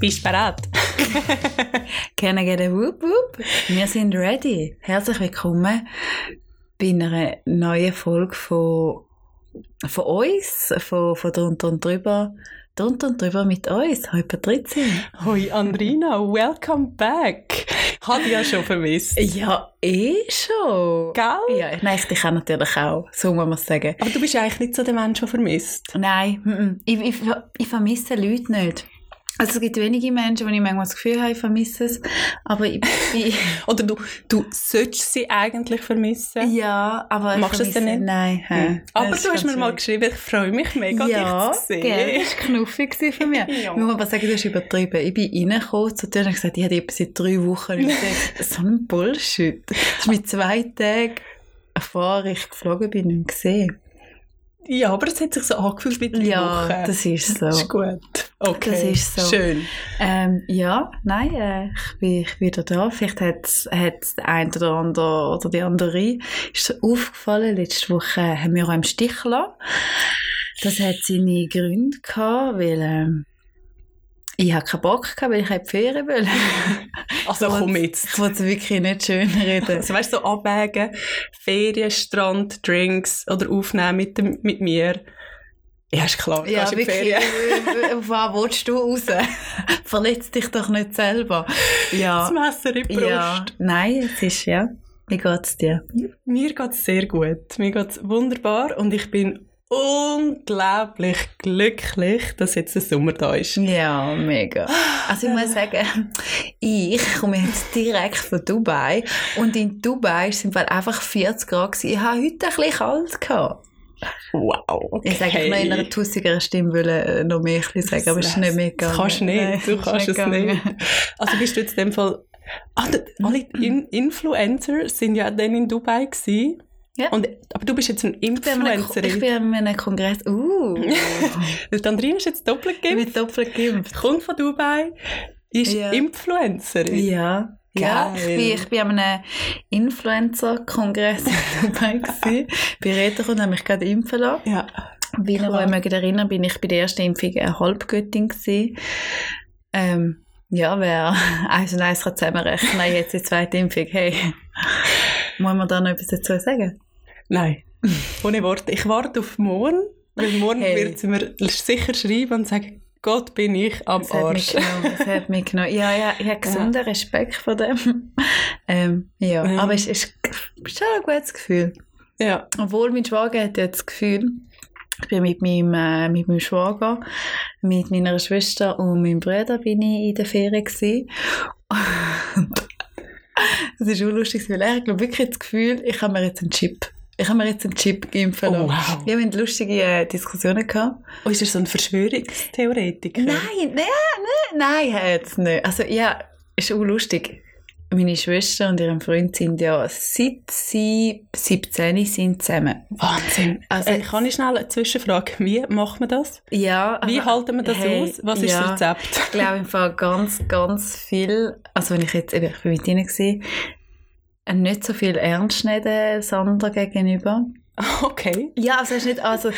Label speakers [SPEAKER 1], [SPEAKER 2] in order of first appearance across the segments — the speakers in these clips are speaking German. [SPEAKER 1] Bist du bereit?
[SPEAKER 2] Can I get a whoop whoop? Wir sind ready. Herzlich willkommen bei einer neuen Folge von, von uns, von, von drunter und drüber. Drunter und drüber mit uns. Hallo Patricia.
[SPEAKER 1] Hoi Andrina, welcome back. Ich habe dich ja schon vermisst.
[SPEAKER 2] Ja, eh schon.
[SPEAKER 1] Gell?
[SPEAKER 2] Ja, ich neige dich auch natürlich auch, so muss man sagen.
[SPEAKER 1] Aber du bist eigentlich nicht so der Mensch, der vermisst.
[SPEAKER 2] Nein, mhm. ich, ich, ich vermisse Leute nicht. Also es gibt wenige Menschen, wo ich manchmal das Gefühl habe, ich vermisse es. Aber ich, ich
[SPEAKER 1] Oder du, du solltest sie eigentlich vermissen.
[SPEAKER 2] ja, aber ich
[SPEAKER 1] Machst du es denn nicht? Hm.
[SPEAKER 2] vermisse- Nein. hä.
[SPEAKER 1] Aber
[SPEAKER 2] Das
[SPEAKER 1] du
[SPEAKER 2] ist
[SPEAKER 1] hast mir
[SPEAKER 2] ganz
[SPEAKER 1] mal
[SPEAKER 2] schwierig.
[SPEAKER 1] geschrieben, ich freue mich mega,
[SPEAKER 2] ja,
[SPEAKER 1] dich zu sehen.
[SPEAKER 2] gell, das war knuffig gewesen von mir.
[SPEAKER 1] Ja.
[SPEAKER 2] Ich muss aber sagen, du hast übertrieben. Ich bin reingekommen zur Tür und habe gesagt, ich habe etwa seit drei Wochen nicht gesehen. so ein Bullshit. Das ist mit zwei Tagen, bevor ich geflogen bin, nicht gesehen.
[SPEAKER 1] Ja, aber es hat sich so angefühlt wie die
[SPEAKER 2] Ja,
[SPEAKER 1] Woche.
[SPEAKER 2] das ist so.
[SPEAKER 1] Das ist gut. Okay,
[SPEAKER 2] Das ist so.
[SPEAKER 1] schön.
[SPEAKER 2] Ähm, ja, nein, äh, ich, bin, ich bin wieder da. Vielleicht hat es der eine oder andere oder die andere ist aufgefallen. Letzte Woche haben wir auch im Stich gelassen. Das hat seine Gründe gehabt, weil ähm, ich habe keinen Bock gehabt, weil ich habe Ferien wollte.
[SPEAKER 1] Also
[SPEAKER 2] Und-
[SPEAKER 1] komm jetzt.
[SPEAKER 2] Ich wollte es wirklich nicht schön reden.
[SPEAKER 1] Also weißt du, so Abwägen, Ferien, Strand, Drinks oder aufnehmen mit, dem, mit mir. Ja, ist klar, ja,
[SPEAKER 2] Ja,
[SPEAKER 1] gehst in die
[SPEAKER 2] wirklich.
[SPEAKER 1] Ferien.
[SPEAKER 2] äh, äh, Auf was willst du raus? Verletz dich doch nicht selber.
[SPEAKER 1] Das
[SPEAKER 2] Ja.
[SPEAKER 1] Messer in die Brust.
[SPEAKER 2] ja. Nein, es ist ja. Wie geht's dir?
[SPEAKER 1] Mir geht es sehr gut. Mir geht es wunderbar und ich bin unglaublich glücklich, dass jetzt der Sommer da ist.
[SPEAKER 2] Ja, mega. Also ich muss sagen, ich komme jetzt direkt von Dubai und in Dubai war es im Fall einfach 40 Grad. Gewesen. Ich habe heute ein bisschen kalt. Gehabt.
[SPEAKER 1] Wow. Okay.
[SPEAKER 2] Ich sage, ich noch in einer tussigeren Stimme wollte äh, noch mehr ein bisschen sagen, aber es ist nicht
[SPEAKER 1] Das
[SPEAKER 2] mehr gegangen.
[SPEAKER 1] kannst du nicht.
[SPEAKER 2] Nein,
[SPEAKER 1] du
[SPEAKER 2] es ist
[SPEAKER 1] kannst es
[SPEAKER 2] gegangen.
[SPEAKER 1] nicht. Also bist du jetzt in dem Fall... Ah, d- alle
[SPEAKER 2] Mhm.
[SPEAKER 1] in Influencer sind ja dann in Dubai gewesen.
[SPEAKER 2] Ja.
[SPEAKER 1] Und, aber du bist jetzt ein
[SPEAKER 2] Ich bin an einem- Ich
[SPEAKER 1] Influencerin.
[SPEAKER 2] bin an einem Kongress. Uh, ich
[SPEAKER 1] Die Andrea ist jetzt doppelt geimpft.
[SPEAKER 2] bin doppelt geimpft.
[SPEAKER 1] Kommt von Dubai, ist
[SPEAKER 2] Ja.
[SPEAKER 1] Influencerin.
[SPEAKER 2] Ja. Ja, ich
[SPEAKER 1] Geil.
[SPEAKER 2] bin, ich bin an einem Influencer-Kongress in Dubai. gewesen. Bin Räder und habe mich gerade impfen lassen.
[SPEAKER 1] Ja.
[SPEAKER 2] Weil ich
[SPEAKER 1] Klar.
[SPEAKER 2] mich mögen erinnern bin ich bei der ersten Impfung eine Halbgöttin gewesen. Ähm, ja, wer eins und eins kann zusammenrechnen, Nein, jetzt die zweite Impfung, hey. Muss man da noch etwas dazu sagen?
[SPEAKER 1] Nein, ohne Worte. Ich warte auf morgen, weil morgen
[SPEAKER 2] Hey.
[SPEAKER 1] wird sie mir sicher schreiben und sagen, Gott bin ich am
[SPEAKER 2] Es hat mich
[SPEAKER 1] Arsch.
[SPEAKER 2] genommen, es hat mich genommen. Ja, ja, ich habe gesunden Respekt vor dem. Ähm, ja,
[SPEAKER 1] Ja.
[SPEAKER 2] aber es ist schon ein gutes Gefühl.
[SPEAKER 1] Ja,
[SPEAKER 2] Obwohl mein Schwager hat jetzt das Gefühl, ich bin mit meinem, äh, mit meinem Schwager, mit meiner Schwester und meinem Bruder bin ich in der Ferien gewesen. Das ist auch lustig, weil ich glaube wirklich das Gefühl, ich habe mir jetzt einen Chip. Ich habe mir jetzt einen Chip
[SPEAKER 1] oh,
[SPEAKER 2] geimpfen lassen.
[SPEAKER 1] wow.
[SPEAKER 2] Wir haben lustige äh, Diskussionen gehabt.
[SPEAKER 1] Oh, ist er so ein Verschwörungstheoretiker?
[SPEAKER 2] Nein, nein, nein, nein, jetzt nicht. Also ja, ist auch lustig. Meine Schwester und ihrem Freund sind ja seit sie 17 sind zusammen.
[SPEAKER 1] Wahnsinn.
[SPEAKER 2] Also
[SPEAKER 1] äh,
[SPEAKER 2] jetzt-
[SPEAKER 1] kann ich schnell eine Zwischenfrage? Wie macht man das?
[SPEAKER 2] Ja.
[SPEAKER 1] Wie
[SPEAKER 2] aber-
[SPEAKER 1] halten wir das
[SPEAKER 2] hey,
[SPEAKER 1] aus? Was ist
[SPEAKER 2] ja,
[SPEAKER 1] das Rezept?
[SPEAKER 2] Ich glaube im Fall ganz, ganz viel, also wenn ich jetzt, eben, ich bin mit ihnen gewesen, äh, nicht so viel ernst nehmen äh, Sandra gegenüber.
[SPEAKER 1] Okay.
[SPEAKER 2] Ja, also es ist nicht, also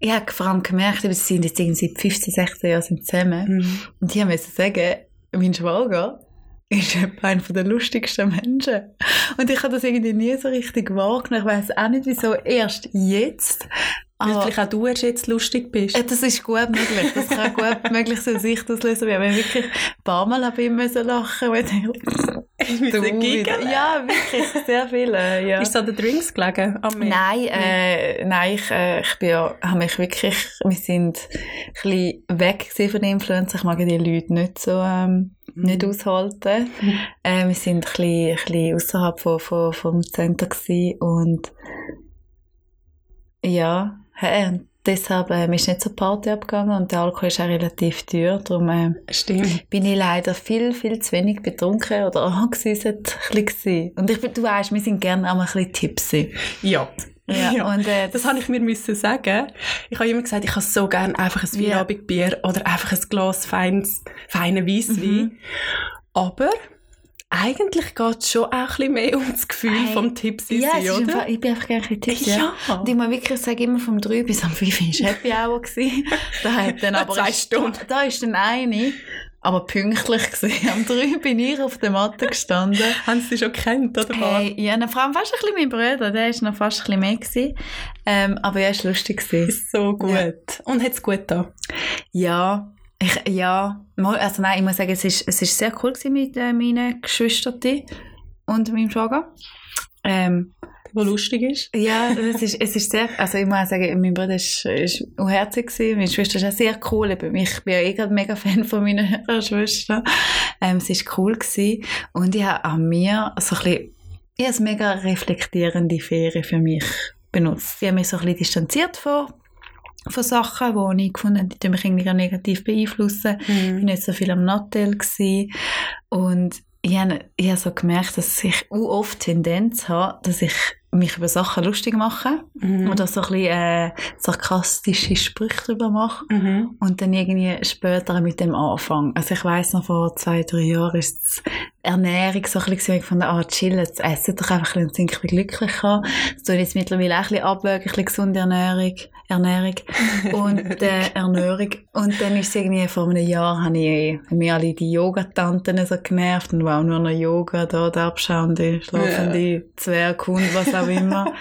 [SPEAKER 2] ich habe vor allem gemerkt, eben, sie sind jetzt irgendwie seit 15, 16 Jahren sind zusammen
[SPEAKER 1] Hm.
[SPEAKER 2] und ich musste sagen, mein Schwager ist etwa einer der lustigsten Menschen. Und ich habe das irgendwie nie so richtig wahrgenommen. Ich weiß auch nicht, wieso erst jetzt.
[SPEAKER 1] Weil
[SPEAKER 2] aber-
[SPEAKER 1] vielleicht auch du erst jetzt lustig bist.
[SPEAKER 2] ja, das ist gut möglich. Das kann gut möglich sein, dass ich das löse. Wir haben wirklich ein paar Mal an ihm müssen lachen müssen. Äh,
[SPEAKER 1] Mit den Gigeln.
[SPEAKER 2] Ja, wirklich. Sehr viele, ja.
[SPEAKER 1] Ist es an den Drinks gelegen? Am Meer?
[SPEAKER 2] Nein, äh, nein, ich, äh, ich bin ja, habe mich wirklich, wir sind ein bisschen weg gewesen von den Influencer. Ich mag ja die Leute nicht so, ähm, nicht aushalten.
[SPEAKER 1] Mhm.
[SPEAKER 2] Äh, wir sind ein bisschen, ein bisschen außerhalb von, von, vom Center gewesen und ja, hä, und deshalb äh, mir ist nicht so die Party abgegangen und der Alkohol ist auch relativ teuer, darum äh,
[SPEAKER 1] Stimmt.
[SPEAKER 2] bin ich leider viel, viel zu wenig betrunken oder angesäuselt ein bisschen gewesen. Und ich, du weißt, wir sind gerne auch mal ein bisschen tipsy.
[SPEAKER 1] Ja.
[SPEAKER 2] Ja,
[SPEAKER 1] Ja.
[SPEAKER 2] und äh,
[SPEAKER 1] Das habe ich mir müssen sagen. Ich habe immer gesagt, ich habe so gerne einfach ein
[SPEAKER 2] Ja.
[SPEAKER 1] Feierabendbier oder einfach ein Glas feines, feinen Weisswein.
[SPEAKER 2] Mhm.
[SPEAKER 1] Aber eigentlich geht es schon auch ein bisschen mehr um das Gefühl
[SPEAKER 2] Hey.
[SPEAKER 1] vom Tipsy
[SPEAKER 2] ja, es
[SPEAKER 1] sein,
[SPEAKER 2] ist im
[SPEAKER 1] oder?
[SPEAKER 2] Fall, ich bin einfach gerne ein bisschen tipsy.
[SPEAKER 1] Ja.
[SPEAKER 2] Und ich muss wirklich sagen, immer vom 3 bis am 5 war Happy Hour. gewesen. Da hat dann aber
[SPEAKER 1] Zwei Stunden.
[SPEAKER 2] Da ist dann eine. Aber pünktlich gesehen, am 3 bin ich auf der Matte gestanden.
[SPEAKER 1] Haben Sie schon kennt, oder? Bar?
[SPEAKER 2] Hey, ja, na, vor allem fast ein bisschen mein Bruder, der war noch fast ein bisschen mehr. Gewesen. Ähm, aber ja, es war lustig. Gewesen.
[SPEAKER 1] So gut. Und hat es gut getan?
[SPEAKER 2] Ja, ich, ja, mal- also nein, ich muss sagen, es ist, es ist sehr cool gewesen mit äh, meinen Geschwistern und meinem Schwager. Ähm,
[SPEAKER 1] Was lustig ist.
[SPEAKER 2] ja, es ist, es ist sehr, also ich muss sagen, mein Bruder ist, ist auch herzig gewesen, meine Schwester ist auch sehr cool, ich bin, ich bin ja eh gerade mega Fan von meiner Schwester, ähm, es ist cool gewesen und ich habe an mir so ein bisschen, ich habe eine mega reflektierende Ferien für mich benutzt. Ich habe mich so ein bisschen distanziert von, von Sachen, die ich gefunden habe, die tun mich irgendwie auch negativ beeinflussen. Ich war nicht so viel am Nattel gsi und ich habe, ich habe so gemerkt, dass ich auch oft Tendenz habe, dass ich mich über Sachen lustig mache
[SPEAKER 1] Mhm.
[SPEAKER 2] oder so ein bisschen äh, sarkastische Sprüche drüber mache
[SPEAKER 1] Mhm.
[SPEAKER 2] und dann irgendwie später mit dem anfange. Also ich weiß noch, vor zwei, drei Jahren ist die Ernährung so ein bisschen, gewesen, wo ich fand, ah, chillen, jetzt essen doch einfach ein bisschen und sind ein bisschen glücklicher. Das tue ich jetzt mittlerweile auch ein bisschen abwägen, ein bisschen gesunde Ernährung. Ernährung und äh, Ernährung. Und dann ist es irgendwie, vor einem Jahr habe ich haben mich alle die Yogatanten so genervt und war auch nur noch Yoga, da, der abschauende, schlafende Zwerghund, was auch immer.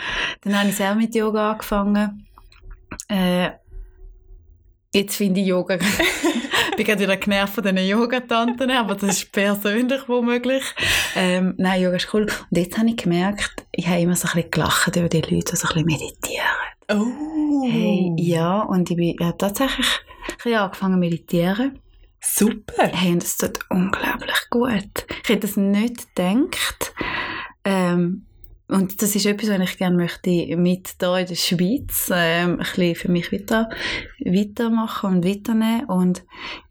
[SPEAKER 2] dann habe ich selber mit Yoga angefangen. Äh, jetzt finde ich Yoga, ich bin gerade wieder genervt von diesen Yogatanten, aber das ist persönlich womöglich. Ähm, nein, Yoga ist cool. Und jetzt habe ich gemerkt, ich habe immer so ein bisschen gelacht über die Leute, die so ein bisschen meditieren.
[SPEAKER 1] Oh.
[SPEAKER 2] Hey, ja, und ich, bin, ich habe tatsächlich ein bisschen angefangen zu meditieren.
[SPEAKER 1] Super.
[SPEAKER 2] Hey, und es tut unglaublich gut. Ich hätte es nicht gedacht. Ähm, und das ist etwas, was ich gerne möchte mit hier in der Schweiz ähm, ein bisschen für mich weiter, weitermachen und weiternehmen. Und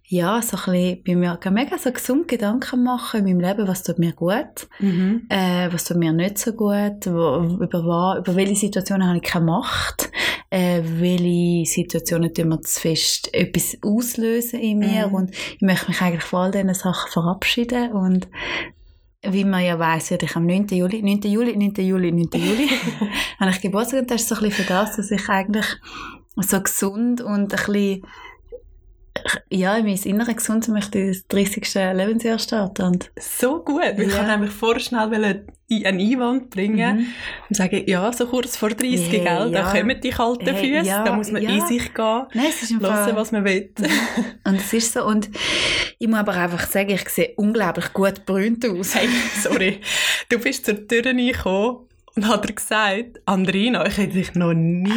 [SPEAKER 2] ja, so ein bisschen, bin mir mega so gesund Gedanken machen in meinem Leben, was tut mir gut
[SPEAKER 1] Mhm.
[SPEAKER 2] äh, was tut mir nicht so gut, wo, über, wa, über welche Situationen habe ich keine Macht, äh, welche Situationen tun mir zu fest etwas auslösen in mir
[SPEAKER 1] Mhm.
[SPEAKER 2] und ich möchte mich eigentlich von all diesen Sachen verabschieden und wie man ja weiss, werde ich am 9. Juli, 9. Juli, 9. Juli, 9. Juli, habe ich Geburtstag und das ist so ein bisschen für das, dass ich eigentlich so gesund und ein bisschen ja, in mein Innere gesund möchte das 30. Lebensjahr starten. Und,
[SPEAKER 1] So gut. weil Ich
[SPEAKER 2] Ja.
[SPEAKER 1] kann nämlich vorschnell wollen i- einen Einwand bringen
[SPEAKER 2] Mhm.
[SPEAKER 1] und sagen, ja, so kurz vor 30,
[SPEAKER 2] Hey,
[SPEAKER 1] gell, da
[SPEAKER 2] ja.
[SPEAKER 1] kommen die kalten
[SPEAKER 2] Hey,
[SPEAKER 1] Füße,
[SPEAKER 2] ja,
[SPEAKER 1] da muss man
[SPEAKER 2] ja.
[SPEAKER 1] in sich gehen,
[SPEAKER 2] Nein, es ist im Fall-
[SPEAKER 1] hören, was man will.
[SPEAKER 2] Und es ist so. Und ich muss aber einfach sagen, ich sehe unglaublich gut brünt aus.
[SPEAKER 1] Hey, sorry, du bist zur Tür reingekommen und hat er gesagt, Andrina, ich hätte dich noch nie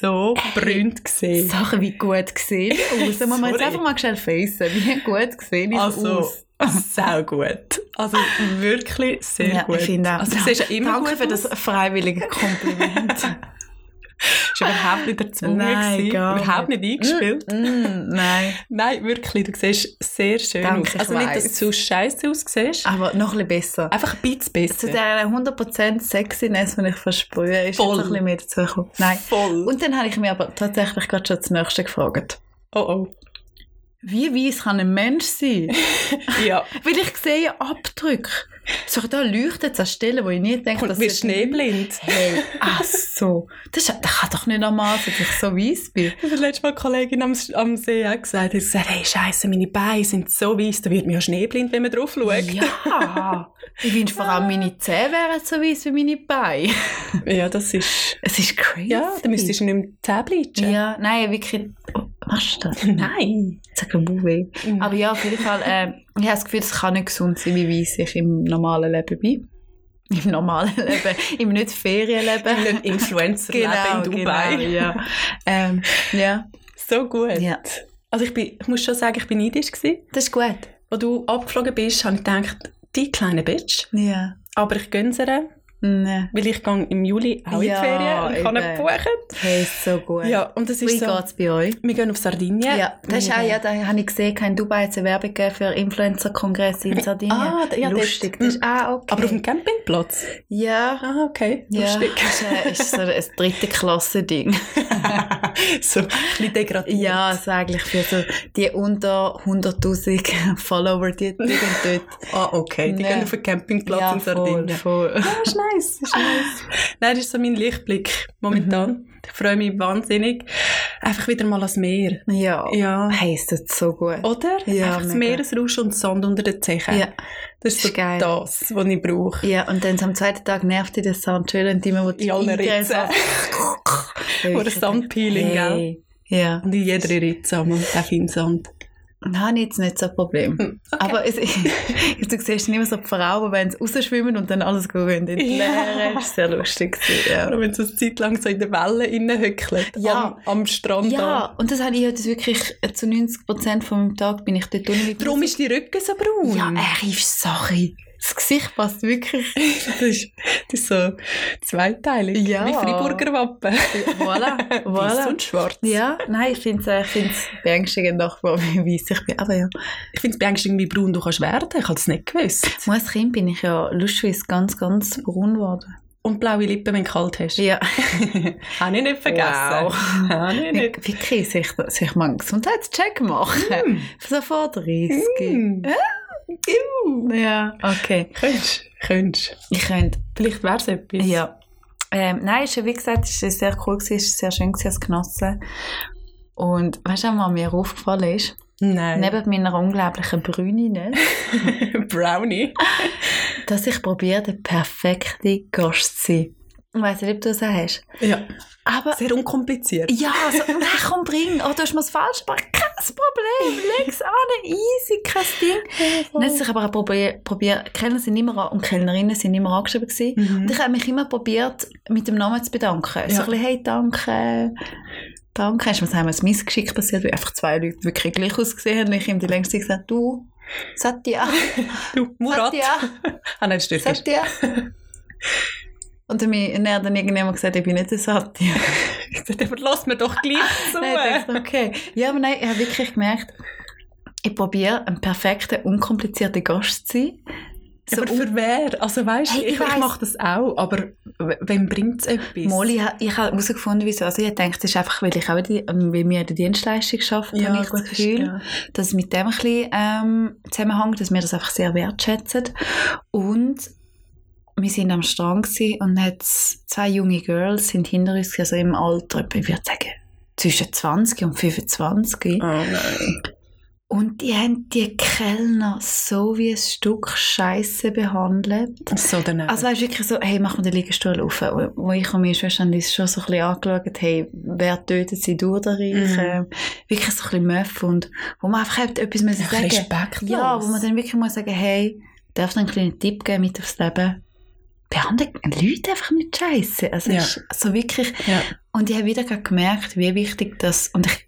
[SPEAKER 1] so brünt gesehen.
[SPEAKER 2] Sachen wie gut gesehen aus. Da muss man jetzt
[SPEAKER 1] Sorry.
[SPEAKER 2] einfach mal schnell facen. Wie gut gesehen ich
[SPEAKER 1] Also,
[SPEAKER 2] aus.
[SPEAKER 1] sehr gut. Also wirklich sehr
[SPEAKER 2] Ja,
[SPEAKER 1] gut.
[SPEAKER 2] ich finde auch.
[SPEAKER 1] also, du siehst ja immer
[SPEAKER 2] Danke
[SPEAKER 1] gut
[SPEAKER 2] für
[SPEAKER 1] aus.
[SPEAKER 2] das freiwillige Kompliment.
[SPEAKER 1] Ist überhaupt nicht erzwungen
[SPEAKER 2] Nein,
[SPEAKER 1] gewesen,
[SPEAKER 2] gar
[SPEAKER 1] überhaupt nicht eingespielt.
[SPEAKER 2] Mm, mm, nein.
[SPEAKER 1] Nein, wirklich, du siehst sehr schön
[SPEAKER 2] Danke,
[SPEAKER 1] aus.
[SPEAKER 2] ich
[SPEAKER 1] Also nicht, dass
[SPEAKER 2] weiss.
[SPEAKER 1] du scheiße aussiehst,
[SPEAKER 2] Aber noch ein bisschen besser. Also,
[SPEAKER 1] einfach ein bisschen
[SPEAKER 2] Zu
[SPEAKER 1] besser.
[SPEAKER 2] dieser 100% Sexiness, die ich versprühe, ist
[SPEAKER 1] Voll.
[SPEAKER 2] jetzt ein bisschen mehr dazugekommen. Nein.
[SPEAKER 1] Voll.
[SPEAKER 2] Und dann habe ich mich aber tatsächlich gerade schon das Nächste gefragt.
[SPEAKER 1] oh oh.
[SPEAKER 2] Wie weiss kann ein Mensch sein?
[SPEAKER 1] Ja,
[SPEAKER 2] Weil ich sehe ja Abdrücke. So, da leuchtet es an Stellen, wo ich nie denke,
[SPEAKER 1] und wir schneeblind.
[SPEAKER 2] Hey, ach so. Das, ist, das kann doch nicht normal sein, dass ich so weiss bin.
[SPEAKER 1] Ich habe letztes Mal eine Kollegin am, am See auch gesagt, die hat gesagt, hey, scheiße, meine Beine sind so weiss, da wird mir ja schneeblind, wenn man drauf schaut.
[SPEAKER 2] Ja. Ich finde vor allem, meine Zähne wären so weiss wie meine Beine.
[SPEAKER 1] Ja, das ist...
[SPEAKER 2] Es ist crazy.
[SPEAKER 1] Ja, dann müsstest du nicht mehr die Zähne bleichen.
[SPEAKER 2] Ja, nein, wirklich. Oh, machst du das?
[SPEAKER 1] Nein.
[SPEAKER 2] Sag mal, weh.
[SPEAKER 1] Mhm.
[SPEAKER 2] Aber ja, auf jeden Fall, äh, ich habe das Gefühl, es kann nicht gesund sein, wie weiss ich im normalen Leben bin. Im normalen Leben, im nicht Ferienleben.
[SPEAKER 1] Ein Influencer-Leben in Dubai.
[SPEAKER 2] Genau, ja. Ähm, ja,
[SPEAKER 1] So gut.
[SPEAKER 2] Ja.
[SPEAKER 1] Also ich, bin, ich muss schon sagen, ich bin neidisch gewesen.
[SPEAKER 2] das ist gut.
[SPEAKER 1] Als du abgeflogen bist, habe ich gedacht, die kleine Bitch.
[SPEAKER 2] Ja.
[SPEAKER 1] Aber ich gönne es ihr,
[SPEAKER 2] Nee.
[SPEAKER 1] weil ich gehe im Juli auch
[SPEAKER 2] Ja,
[SPEAKER 1] in die Ferien und ich habe ihn
[SPEAKER 2] eben.
[SPEAKER 1] gebucht.
[SPEAKER 2] Hey, ist so gut.
[SPEAKER 1] Ja, und das ist
[SPEAKER 2] Wie
[SPEAKER 1] so,
[SPEAKER 2] geht's bei euch?
[SPEAKER 1] wir gehen auf Sardinien.
[SPEAKER 2] Ja, das ist auch, ja, da habe ich gesehen, in Dubai hat es eine Werbung gegeben für Influencer-Kongress in Sardinien.
[SPEAKER 1] Ah, da- ja, dort.
[SPEAKER 2] Lustig, das ist auch okay.
[SPEAKER 1] Aber auf dem Campingplatz?
[SPEAKER 2] ja,
[SPEAKER 1] Ah, okay.
[SPEAKER 2] ja,
[SPEAKER 1] Lustig.
[SPEAKER 2] das ist, äh, ist so ein dritte Klasse-Ding.
[SPEAKER 1] so ein bisschen degradiert.
[SPEAKER 2] Ja, also eigentlich für so die unter 100'000 Follower, die, die gehen dort.
[SPEAKER 1] Ah, okay. Die
[SPEAKER 2] Nee.
[SPEAKER 1] gehen auf den Campingplatz
[SPEAKER 2] ja,
[SPEAKER 1] in Sardinien.
[SPEAKER 2] Voll, voll.
[SPEAKER 1] Das ist
[SPEAKER 2] Mhm.
[SPEAKER 1] nice, das ist nice. Nein, das ist so mein Lichtblick momentan. Ich freue mich wahnsinnig. Einfach wieder mal ans Meer.
[SPEAKER 2] Ja.
[SPEAKER 1] Ja. Oh,
[SPEAKER 2] Hey, ist das so gut.
[SPEAKER 1] Oder?
[SPEAKER 2] Ja,
[SPEAKER 1] Einfach das
[SPEAKER 2] mega.
[SPEAKER 1] Meeresrauschen und die Sonne unter den Zechen.
[SPEAKER 2] Ja.
[SPEAKER 1] Das ist,
[SPEAKER 2] Ist
[SPEAKER 1] so
[SPEAKER 2] geil.
[SPEAKER 1] das, was ich brauche.
[SPEAKER 2] Ja, und dann am zweiten Tag nervt dich der Sand schön und immer, wo du
[SPEAKER 1] In allen
[SPEAKER 2] eingreifst,
[SPEAKER 1] Ritzen. Oder
[SPEAKER 2] Ja, ich denke,
[SPEAKER 1] Sandpeeling, gell?
[SPEAKER 2] hey. Ja,
[SPEAKER 1] Und in jeder Ritze einmal, auch im Sand.
[SPEAKER 2] da habe ich jetzt nicht so ein Problem.
[SPEAKER 1] Hm,
[SPEAKER 2] Aber es, du siehst dann immer so die Frauen, wenn sie rausschwimmen und dann alles gut gehen in die
[SPEAKER 1] Ja.
[SPEAKER 2] Leere. Das war sehr lustig. gewesen,
[SPEAKER 1] Oder wenn es eine Zeit lang so in der Welle reinhöckelt.
[SPEAKER 2] Ja.
[SPEAKER 1] Am, am Strand.
[SPEAKER 2] Ja,
[SPEAKER 1] da.
[SPEAKER 2] und das habe ich heute wirklich äh, zu 90% von meinem Tag bin ich dort unten mit
[SPEAKER 1] Darum ist die Rücken so braun.
[SPEAKER 2] Ja, äh. er ist Sache. Das Gesicht passt wirklich.
[SPEAKER 1] Das ist, das ist so zweiteilig.
[SPEAKER 2] Ja.
[SPEAKER 1] Wie Freiburger Wappen.
[SPEAKER 2] voilà,
[SPEAKER 1] Weiß
[SPEAKER 2] voilà.
[SPEAKER 1] und schwarz.
[SPEAKER 2] Ja, nein, ich finde es find's beängstigend nachbar, wie weiss ich bin. Aber ja.
[SPEAKER 1] Ich finde es beängstigend, wie braun du kannst werden. Ich habe es nicht gewusst.
[SPEAKER 2] Als als Kind bin ich ja lustigerweise ganz, ganz braun geworden.
[SPEAKER 1] Und blaue Lippen, wenn du kalt hast.
[SPEAKER 2] Ja,
[SPEAKER 1] Habe ich nicht vergessen.
[SPEAKER 2] Wow.
[SPEAKER 1] Habe ich nicht.
[SPEAKER 2] wirklich, soll ich, soll ich mal einen Gesundheitscheck machen?
[SPEAKER 1] Hm.
[SPEAKER 2] So vor 30.
[SPEAKER 1] Hm. Iu.
[SPEAKER 2] Ja, okay.
[SPEAKER 1] Könntest, könntest.
[SPEAKER 2] Ich könnte
[SPEAKER 1] Vielleicht wäre es etwas.
[SPEAKER 2] Ja. Ähm, nein, ist ja, wie gesagt, es war sehr cool, gewesen, es war sehr schön, gewesen, es genossen. Und weißt du, was mir aufgefallen ist?
[SPEAKER 1] Nein.
[SPEAKER 2] Neben meiner unglaublichen Brüne,
[SPEAKER 1] Brownie.
[SPEAKER 2] dass ich probiere, der perfekte Gast zu sein. Ich weiss nicht, ob du es auch hast.
[SPEAKER 1] Ja.
[SPEAKER 2] Aber
[SPEAKER 1] Sehr unkompliziert.
[SPEAKER 2] ja, also, nein, komm, bring. Oh, du hast mir das falsch gemacht. Kein Problem. Leg's an. Easy. Kein Ding.
[SPEAKER 1] Oh.
[SPEAKER 2] Dann hat sich aber auch probiert, probiert. Kellner sind immer, an- und Kellnerinnen sind immer angeschrieben gewesen.
[SPEAKER 1] Mhm.
[SPEAKER 2] Und ich habe mich immer probiert, mit dem Namen zu bedanken. So
[SPEAKER 1] Ja.
[SPEAKER 2] ein bisschen, hey, danke. Danke. Ist mir einmal ein Missgeschick passiert, weil einfach zwei Leute wirklich gleich ausgesehen haben. Und ich habe die längste Zeit gesagt, du, Satya,
[SPEAKER 1] Du, Murat.
[SPEAKER 2] Satya,
[SPEAKER 1] Ah nein, stimmt. hast-
[SPEAKER 2] Satya. Und dann mi- dann hat dann irgendjemand gesagt, ich bin nicht der Satya.
[SPEAKER 1] Ich dachte, aber lass mir doch gleich zu.
[SPEAKER 2] Ah, Nein, ich dachte, okay. Ja, aber nein, ich habe wirklich gemerkt, ich probiere, ein perfekter, unkomplizierter Gast zu sein. So
[SPEAKER 1] aber für wer? Also weißt du,
[SPEAKER 2] Hey,
[SPEAKER 1] ich,
[SPEAKER 2] ich
[SPEAKER 1] ich
[SPEAKER 2] weiss.
[SPEAKER 1] mache das auch, aber w- wem bringt es etwas?
[SPEAKER 2] Molly, ha- ich habe herausgefunden, wieso. Also ich denke, das ist einfach, weil ich auch die, ähm, weil wir in der Dienstleistung arbeiten, habe ich das
[SPEAKER 1] gut,
[SPEAKER 2] Gefühl,
[SPEAKER 1] ja.
[SPEAKER 2] dass es mit dem ein bisschen ähm, zusammenhängt, dass wir das einfach sehr wertschätzen. Und wir sind am Strand gewesen und hat zwei junge Girls sind hinter uns, gewesen, also im Alter, etwa, ich würde sagen, zwischen 20 und 25.
[SPEAKER 1] Oh nein.
[SPEAKER 2] Und die haben die Kellner so wie ein Stück Scheiße behandelt.
[SPEAKER 1] So daneben.
[SPEAKER 2] Also weißt du wirklich so, hey, mach mir den Liegestuhl auf. Wo- Wo ich und meine Schwester haben uns schon so ein bisschen angeschaut, hey, wer tötet sie durch den Reich?
[SPEAKER 1] Mhm.
[SPEAKER 2] Ähm, wirklich so ein bisschen Möff und wo man einfach halt etwas müssen
[SPEAKER 1] Einfach
[SPEAKER 2] sagen
[SPEAKER 1] respektlos.
[SPEAKER 2] Ja, wo man dann wirklich muss sagen, hey, darf ich einen kleinen Tipp geben mit aufs Leben? Behandelt Leute einfach nicht scheiße. Also
[SPEAKER 1] Ja.
[SPEAKER 2] ist so wirklich...
[SPEAKER 1] Ja.
[SPEAKER 2] Und ich habe wieder gerade gemerkt, wie wichtig das... Und ich,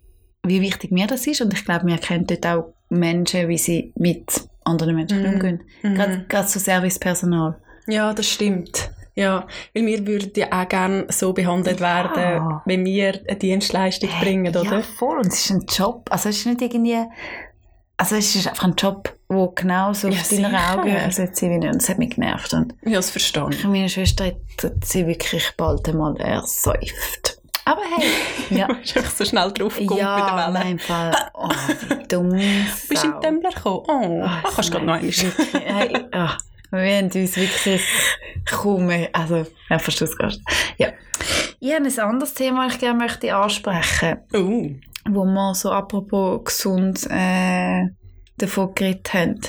[SPEAKER 2] wie wichtig mir das ist. Und ich glaube, wir kennen dort auch Menschen, wie sie mit anderen Menschen
[SPEAKER 1] Mhm.
[SPEAKER 2] umgehen.
[SPEAKER 1] Mhm.
[SPEAKER 2] Gerade, gerade so Servicepersonal.
[SPEAKER 1] Ja, das stimmt. Ja, weil wir würden ja auch gerne so behandelt
[SPEAKER 2] Ja.
[SPEAKER 1] werden, wenn wir eine Dienstleistung bringen,
[SPEAKER 2] Ja,
[SPEAKER 1] oder?
[SPEAKER 2] voll. Und es ist ein Job. Also es ist nicht irgendwie... Also es ist einfach ein Job, wo genau so
[SPEAKER 1] Ja,
[SPEAKER 2] auf deiner
[SPEAKER 1] sicher.
[SPEAKER 2] Augen also, ersetzt sie wie Und es hat mich genervt. Und
[SPEAKER 1] Ja, das verstehe ich.
[SPEAKER 2] ich und meine Schwester hat- hat sie wirklich bald einmal ersäuft. Aber hey, ja.
[SPEAKER 1] Du bist einfach so schnell draufgekommen
[SPEAKER 2] ja,
[SPEAKER 1] mit der Welle.
[SPEAKER 2] mein Fall. Oh, wie dumm.
[SPEAKER 1] Bist du in Tembler gekommen? Oh,
[SPEAKER 2] Ah,
[SPEAKER 1] ah, kannst du gerade noch
[SPEAKER 2] nein.
[SPEAKER 1] einmal.
[SPEAKER 2] Hey, ah, wir haben uns wirklich kaum mehr, also, ja, verstehst du gerade. Ja. Ich habe ein anderes Thema, das ich gerne möchte ansprechen
[SPEAKER 1] Oh,
[SPEAKER 2] wo wir so apropos gesund äh, davon geredet haben.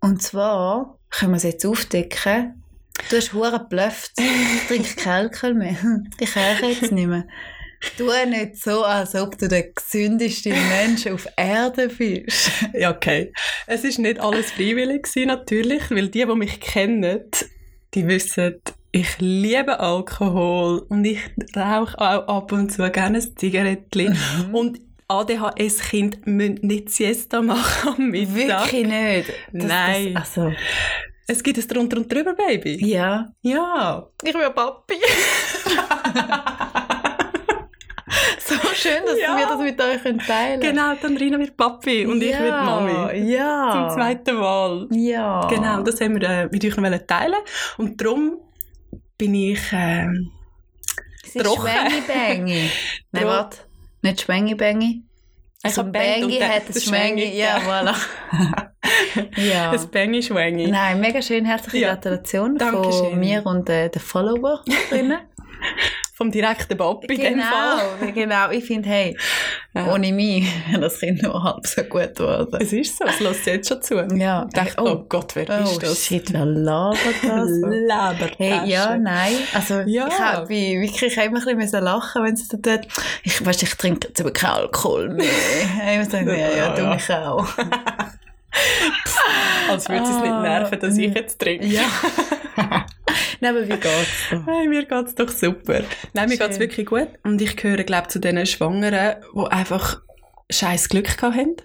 [SPEAKER 2] Und zwar können wir es jetzt aufdecken. Du hast hure geblufft. Ich trinke keinen Alkohol mehr. Ich höre jetzt nicht mehr. Tu nicht so, als ob du der gesündeste Mensch auf Erde bist.
[SPEAKER 1] ja, okay. Es war nicht alles freiwillig, gewesen, natürlich, weil die, die mich kennen, die wissen, ich liebe Alkohol und ich rauche auch ab und zu gerne ein Zigarettchen.
[SPEAKER 2] Mhm.
[SPEAKER 1] Und ADHS-Kinder müssen nicht Siesta machen am Mittag.
[SPEAKER 2] Wirklich nicht.
[SPEAKER 1] Nein.
[SPEAKER 2] Das, also,
[SPEAKER 1] Es gibt es drunter und drüber, Baby.
[SPEAKER 2] ja.
[SPEAKER 1] Ja.
[SPEAKER 2] Ich bin Papi. so schön, dass
[SPEAKER 1] Ja.
[SPEAKER 2] wir das mit euch teilen können.
[SPEAKER 1] Genau, dann Rina wird Papi und ich werde Mami.
[SPEAKER 2] Ja.
[SPEAKER 1] Zum zweiten Mal.
[SPEAKER 2] Ja.
[SPEAKER 1] Genau, das haben wir äh, mit euch noch wollen teilen. Und darum bin ich... Äh,
[SPEAKER 2] das ist
[SPEAKER 1] trocken.
[SPEAKER 2] Schwengi-Bangi. Nein,
[SPEAKER 1] Tro-
[SPEAKER 2] warte. Nicht Schwengi-Bangi.
[SPEAKER 1] ich
[SPEAKER 2] So
[SPEAKER 1] hab
[SPEAKER 2] ein
[SPEAKER 1] gebangt
[SPEAKER 2] Bangi
[SPEAKER 1] dann
[SPEAKER 2] Also hat ein
[SPEAKER 1] das
[SPEAKER 2] Schwengi. Ja, voilà. genau. ja.
[SPEAKER 1] Ein Bangi-Schwengi.
[SPEAKER 2] Nein, mega schön. Herzliche
[SPEAKER 1] Ja.
[SPEAKER 2] Gratulation
[SPEAKER 1] Dankeschön.
[SPEAKER 2] von mir und äh, den Follower.
[SPEAKER 1] vom direkten Bob in dem Fall.
[SPEAKER 2] Genau, genau. Ich finde, hey,
[SPEAKER 1] Ja.
[SPEAKER 2] ohne mich wäre das Kind nur halb so gut geworden.
[SPEAKER 1] Es ist so, es lässt jetzt schon zu. Ich
[SPEAKER 2] Ja,
[SPEAKER 1] dachte, oh, Gott, wer
[SPEAKER 2] oh,
[SPEAKER 1] ist das? Also.
[SPEAKER 2] shit, wer labert das?
[SPEAKER 1] Labertasche.
[SPEAKER 2] Hey, ja, nein. Also,
[SPEAKER 1] Äh, Ja.
[SPEAKER 2] ich habe wirklich immer ein bisschen müssen lachen, wenn sie das tut. Ich weiß, ich trinke jetzt aber keinen Alkohol mehr. Ich muss sagen, ja, ja, du
[SPEAKER 1] Ja.
[SPEAKER 2] mich auch.
[SPEAKER 1] Als würde es nicht
[SPEAKER 2] Ah,
[SPEAKER 1] nerven, dass ich
[SPEAKER 2] nee.
[SPEAKER 1] jetzt trinke.
[SPEAKER 2] Ja. nein, aber wie geht's? dir?
[SPEAKER 1] Hey, mir geht es doch super. Nein, mir
[SPEAKER 2] Schön.
[SPEAKER 1] geht es wirklich gut. Und ich gehöre, glaube zu den Schwangeren, die einfach scheiß Glück hatten.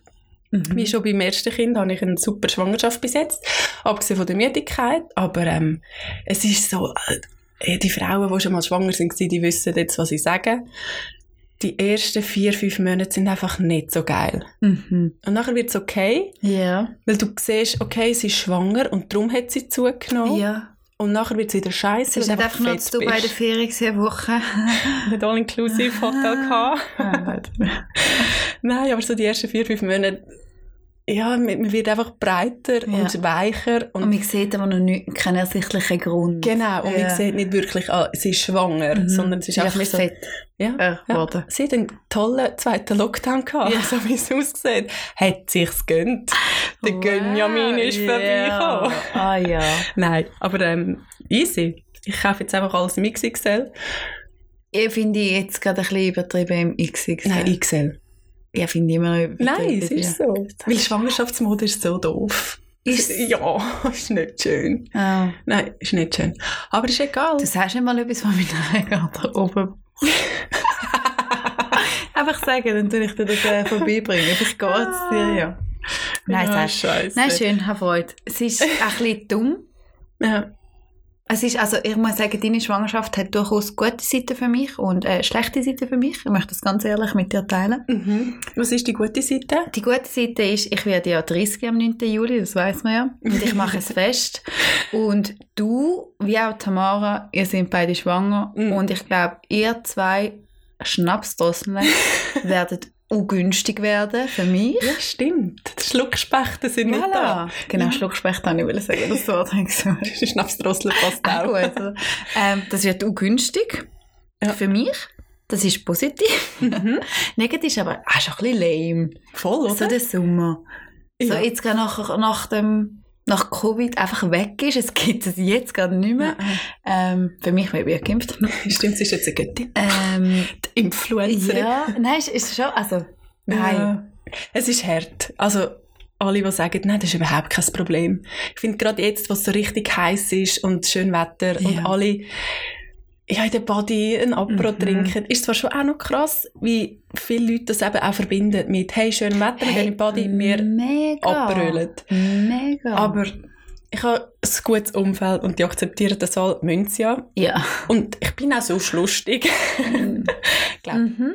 [SPEAKER 2] Mhm.
[SPEAKER 1] Wie schon beim ersten Kind habe ich eine super Schwangerschaft besetzt, abgesehen von der Müdigkeit. Aber ähm, es ist so, äh, die Frauen, die schon mal schwanger sind, gewesen, die wissen jetzt, was ich sage. Die ersten vier, fünf Monate sind einfach nicht so geil.
[SPEAKER 2] Mhm.
[SPEAKER 1] Und nachher wird es okay,
[SPEAKER 2] Ja.
[SPEAKER 1] weil du siehst, okay, sie ist schwanger und darum hat sie zugenommen.
[SPEAKER 2] Ja.
[SPEAKER 1] Und nachher wird es wieder scheiße.
[SPEAKER 2] Es ist nicht einfach nur, dass du bei der Ferien gesehen Woche.
[SPEAKER 1] Nicht all-inclusive Hotel gehabt. halt. Nein, aber so die ersten vier, fünf Monate, ja, man man wird einfach breiter
[SPEAKER 2] Ja.
[SPEAKER 1] und weicher. Und,
[SPEAKER 2] Und man sieht aber noch nicht, keinen ersichtlichen Grund.
[SPEAKER 1] genau, und
[SPEAKER 2] Ja.
[SPEAKER 1] man sieht nicht wirklich, ah, sie ist schwanger,
[SPEAKER 2] Mhm.
[SPEAKER 1] sondern es ist
[SPEAKER 2] Ja,
[SPEAKER 1] einfach so...
[SPEAKER 2] fett
[SPEAKER 1] Ja,
[SPEAKER 2] äh,
[SPEAKER 1] ja.
[SPEAKER 2] geworden.
[SPEAKER 1] Sie hat einen tollen zweiten Lockdown gehabt,
[SPEAKER 2] Ja.
[SPEAKER 1] so wie es aussieht. Hat sich's gönnt. Der
[SPEAKER 2] Wow,
[SPEAKER 1] Gönjamin ist
[SPEAKER 2] ja.
[SPEAKER 1] vorbeigekommen.
[SPEAKER 2] Ah ja.
[SPEAKER 1] Nein, aber ähm, easy. Ich kaufe jetzt einfach alles im XXL.
[SPEAKER 2] Ich finde ich jetzt gerade ein bisschen übertrieben im XXL.
[SPEAKER 1] Nein, XL.
[SPEAKER 2] ich finde immer noch übertrieben.
[SPEAKER 1] Nein, es ist
[SPEAKER 2] ja.
[SPEAKER 1] so. Weil Schwangerschaftsmode ist so doof.
[SPEAKER 2] Ist-
[SPEAKER 1] ja, ist nicht schön.
[SPEAKER 2] Ah,
[SPEAKER 1] Nein, ist nicht schön. Aber ist egal.
[SPEAKER 2] du sagst nicht mal etwas von meiner Garderobe. Einfach sagen, dann tue ich dir das äh, vorbeibringen. Vielleicht geht es dir, ja. Nein, sagst
[SPEAKER 1] scheiße.
[SPEAKER 2] Nein, schön, Herr Freud. Es ist ein bisschen dumm.
[SPEAKER 1] Ja.
[SPEAKER 2] Es ist, also ich muss sagen, deine Schwangerschaft hat durchaus gute Seiten für mich und äh, schlechte Seiten für mich. Ich möchte das ganz ehrlich mit dir teilen.
[SPEAKER 1] Mhm. Was ist die gute Seite?
[SPEAKER 2] Die gute Seite ist, ich werde ja 30 am 9. Juli, das weiß man ja. Und ich mache es fest. Und du, wie auch Tamara, ihr seid beide schwanger.
[SPEAKER 1] Mhm.
[SPEAKER 2] Und ich glaube, ihr zwei Schnapsdrosseln werdet ungünstig werden für mich.
[SPEAKER 1] Ja, stimmt. Die Schluckspechten sind nicht da.
[SPEAKER 2] Voilà. Genau, Schluckspecht habe ich wollte sagen, das Wort habe ich gesagt.
[SPEAKER 1] Schnapsdrossel passt
[SPEAKER 2] Ah,
[SPEAKER 1] auch.
[SPEAKER 2] gut. Also, ähm, das wird ungünstig
[SPEAKER 1] Ja.
[SPEAKER 2] für mich. Das ist positiv.
[SPEAKER 1] Mhm.
[SPEAKER 2] Negativ ist aber auch schon ein bisschen lame.
[SPEAKER 1] Voll, oder?
[SPEAKER 2] So der Sommer. So
[SPEAKER 1] ja.
[SPEAKER 2] jetzt gerade nach, nach dem nach Covid einfach weg ist. Es gibt es jetzt gerade nicht mehr. Ähm, für mich wird geimpft.
[SPEAKER 1] Ah, Stimmt, sie ist jetzt eine Göttin.
[SPEAKER 2] Ähm,
[SPEAKER 1] Die Influencerin.
[SPEAKER 2] ja, nein, ist, ist schon, also, nein.
[SPEAKER 1] Ja. Es ist hart. Also alle, die sagen, nein, das ist überhaupt kein Problem. Ich finde gerade jetzt, wo es so richtig heiß ist und schön Wetter und
[SPEAKER 2] Ja.
[SPEAKER 1] alle ja, in der Body ein Apro
[SPEAKER 2] Mhm.
[SPEAKER 1] trinken, ist zwar schon auch noch krass, wie viele Leute das eben auch verbinden mit «Hey, schön Wetter, wir gehen in die Body, wir
[SPEAKER 2] mega.
[SPEAKER 1] abrölen».
[SPEAKER 2] Mega.
[SPEAKER 1] Aber ich habe ein gutes Umfeld und die akzeptieren das all, müssen sie ja.
[SPEAKER 2] ja.
[SPEAKER 1] Und ich bin auch sonst lustig. Glaub.
[SPEAKER 2] Mhm.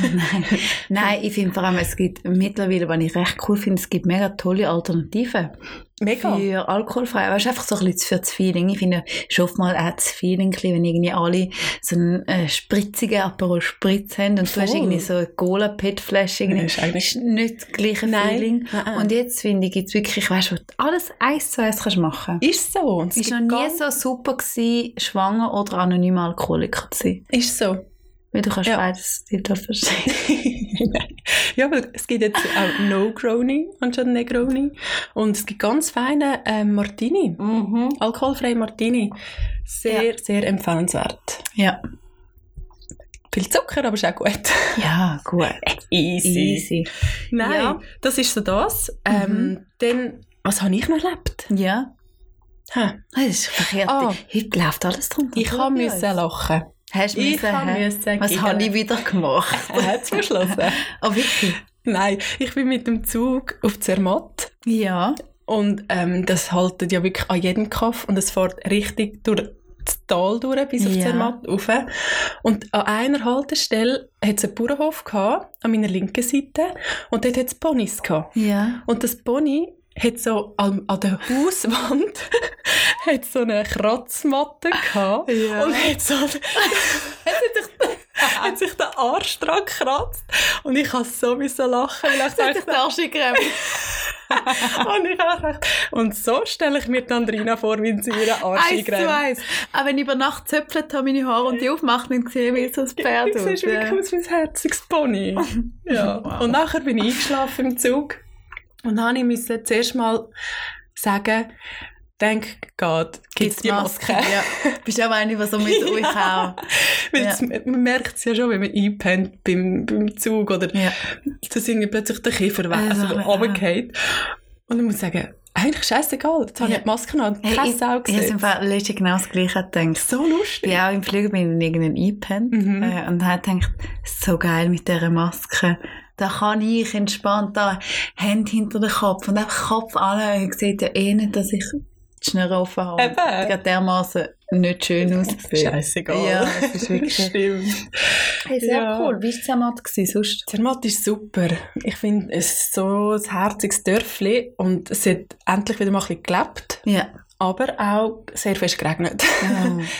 [SPEAKER 2] Nein. Nein, ich finde vor allem, es gibt mittlerweile, was ich recht cool finde, es gibt mega tolle Alternativen
[SPEAKER 1] Mega.
[SPEAKER 2] für alkoholfrei. Weißt du, einfach so ein bisschen für das Feeling. Ich finde, es ist oftmals auch das Feeling, ein bisschen, wenn irgendwie alle so einen äh, spritzigen Aperol Spritz haben und du hast
[SPEAKER 1] Voll.
[SPEAKER 2] irgendwie so eine cola pet flasche
[SPEAKER 1] Nein,
[SPEAKER 2] irgendwie.
[SPEAKER 1] ist
[SPEAKER 2] Das
[SPEAKER 1] eigentlich...
[SPEAKER 2] ist nicht das gleiche
[SPEAKER 1] Nein.
[SPEAKER 2] Feeling.
[SPEAKER 1] Nein.
[SPEAKER 2] Und jetzt finde ich, gibt es wirklich, weißt du, wo du alles eins zu eins kannst machen.
[SPEAKER 1] Ist so. Und es
[SPEAKER 2] Es war
[SPEAKER 1] gibt
[SPEAKER 2] noch nie
[SPEAKER 1] ganz-
[SPEAKER 2] so super, gewesen, schwanger oder anonym Alkoholiker zu sein.
[SPEAKER 1] Ist so.
[SPEAKER 2] Weil du kannst
[SPEAKER 1] Ja.
[SPEAKER 2] beides dir da verstehen.
[SPEAKER 1] Nein. ja, weil es gibt jetzt auch No Groni anstatt Negroni. Und es gibt ganz feine ähm, Martini. Mhm. Alkoholfreie Martini. Sehr, sehr empfehlenswert.
[SPEAKER 2] Ja.
[SPEAKER 1] Viel Zucker, aber ist auch gut.
[SPEAKER 2] Ja, gut. Easy.
[SPEAKER 1] Nein,
[SPEAKER 2] Ja. Mhm.
[SPEAKER 1] das ist so das. Ähm, Dann, was habe ich noch erlebt?
[SPEAKER 2] Ja.
[SPEAKER 1] Ha,
[SPEAKER 2] Das ist verkehrt.
[SPEAKER 1] Ah.
[SPEAKER 2] Heute läuft alles drunter.
[SPEAKER 1] ich
[SPEAKER 2] durch
[SPEAKER 1] habe
[SPEAKER 2] bei
[SPEAKER 1] müssen
[SPEAKER 2] uns.
[SPEAKER 1] lachen.
[SPEAKER 2] Hast du
[SPEAKER 1] Ich
[SPEAKER 2] müssen, hä?
[SPEAKER 1] habe müssen
[SPEAKER 2] Was habe ich
[SPEAKER 1] gigglen.
[SPEAKER 2] wieder gemacht?
[SPEAKER 1] Äh, zugeschlossen?
[SPEAKER 2] Oh, wirklich?
[SPEAKER 1] Nein, ich bin mit dem Zug auf Zermatt.
[SPEAKER 2] Ja.
[SPEAKER 1] Und ähm, das haltet ja wirklich an jedem Kaff und es fährt richtig durch das Tal durch, bis auf
[SPEAKER 2] Ja.
[SPEAKER 1] Zermatt rauf. Und an einer Haltestelle hat es einen Bauernhof gehabt, an meiner linken Seite, und dort hat es Ponys gehabt.
[SPEAKER 2] Ja.
[SPEAKER 1] Und das Pony hat so an, an der Hauswand hat so eine Kratzmatte gehabt
[SPEAKER 2] Ja.
[SPEAKER 1] und hat so hat sich den Arsch dran gekratzt und ich habe so müssen lachen, weil ich
[SPEAKER 2] Hat
[SPEAKER 1] dachte,
[SPEAKER 2] sich der Arsch eingegeben.
[SPEAKER 1] und ich habe gedacht, und so stelle ich mir die Andrina vor, wie sie ihren Arsch
[SPEAKER 2] Eins
[SPEAKER 1] eingrenzt.
[SPEAKER 2] zu eins. Auch wenn ich über Nacht zöpfelt habe, meine Haare und die aufmacht, dann sehe ich wie so ein Pferd
[SPEAKER 1] Du siehst wirklich aus wie ein herziges Pony. Ja.
[SPEAKER 2] Wow.
[SPEAKER 1] Und nachher bin ich eingeschlafen im Zug. Und dann musste ich müssen zuerst mal sagen, denk Gott, gibt es die Maske?
[SPEAKER 2] Ja. Bist du auch eine, die so mit euch auch.
[SPEAKER 1] Weil
[SPEAKER 2] Ja.
[SPEAKER 1] es- Man merkt es ja schon, wenn man einpennt beim, beim Zug oder
[SPEAKER 2] Ja.
[SPEAKER 1] dass irgendwie plötzlich der Kiefer weg,
[SPEAKER 2] Also,
[SPEAKER 1] also
[SPEAKER 2] ja.
[SPEAKER 1] runtergeht. Und ich muss sagen, eigentlich scheißegal, jetzt habe
[SPEAKER 2] Ja.
[SPEAKER 1] ich die Maske an,
[SPEAKER 2] Hey,
[SPEAKER 1] keine
[SPEAKER 2] ich-
[SPEAKER 1] Sau
[SPEAKER 2] Ich habe
[SPEAKER 1] gesehen.
[SPEAKER 2] im Fall letztens genau das Gleiche gedacht.
[SPEAKER 1] so lustig.
[SPEAKER 2] Ja, im Flieger bin ich in irgendeinen eingepennt
[SPEAKER 1] Mhm.
[SPEAKER 2] äh, und habe gedacht, so geil mit dieser Maske. Da kann ich entspannt da Hände hinter den Kopf und einfach Kopf anhören. Ich sehe ja eh nicht, dass ich die Schnur offen habe.
[SPEAKER 1] Eben.
[SPEAKER 2] Gerade dermaßen nicht schön ausgeführt.
[SPEAKER 1] Scheißegal.
[SPEAKER 2] Ja, das ist wirklich...
[SPEAKER 1] Stimmt.
[SPEAKER 2] Hey, sehr
[SPEAKER 1] Ja.
[SPEAKER 2] cool. Wie war es am Abend gewesen sonst?
[SPEAKER 1] Zermatt ist super. Ich finde, es ist so ein herziges Dörfli und es hat endlich wieder mal ein bisschen gelebt,
[SPEAKER 2] Ja.
[SPEAKER 1] aber auch sehr fest geregnet.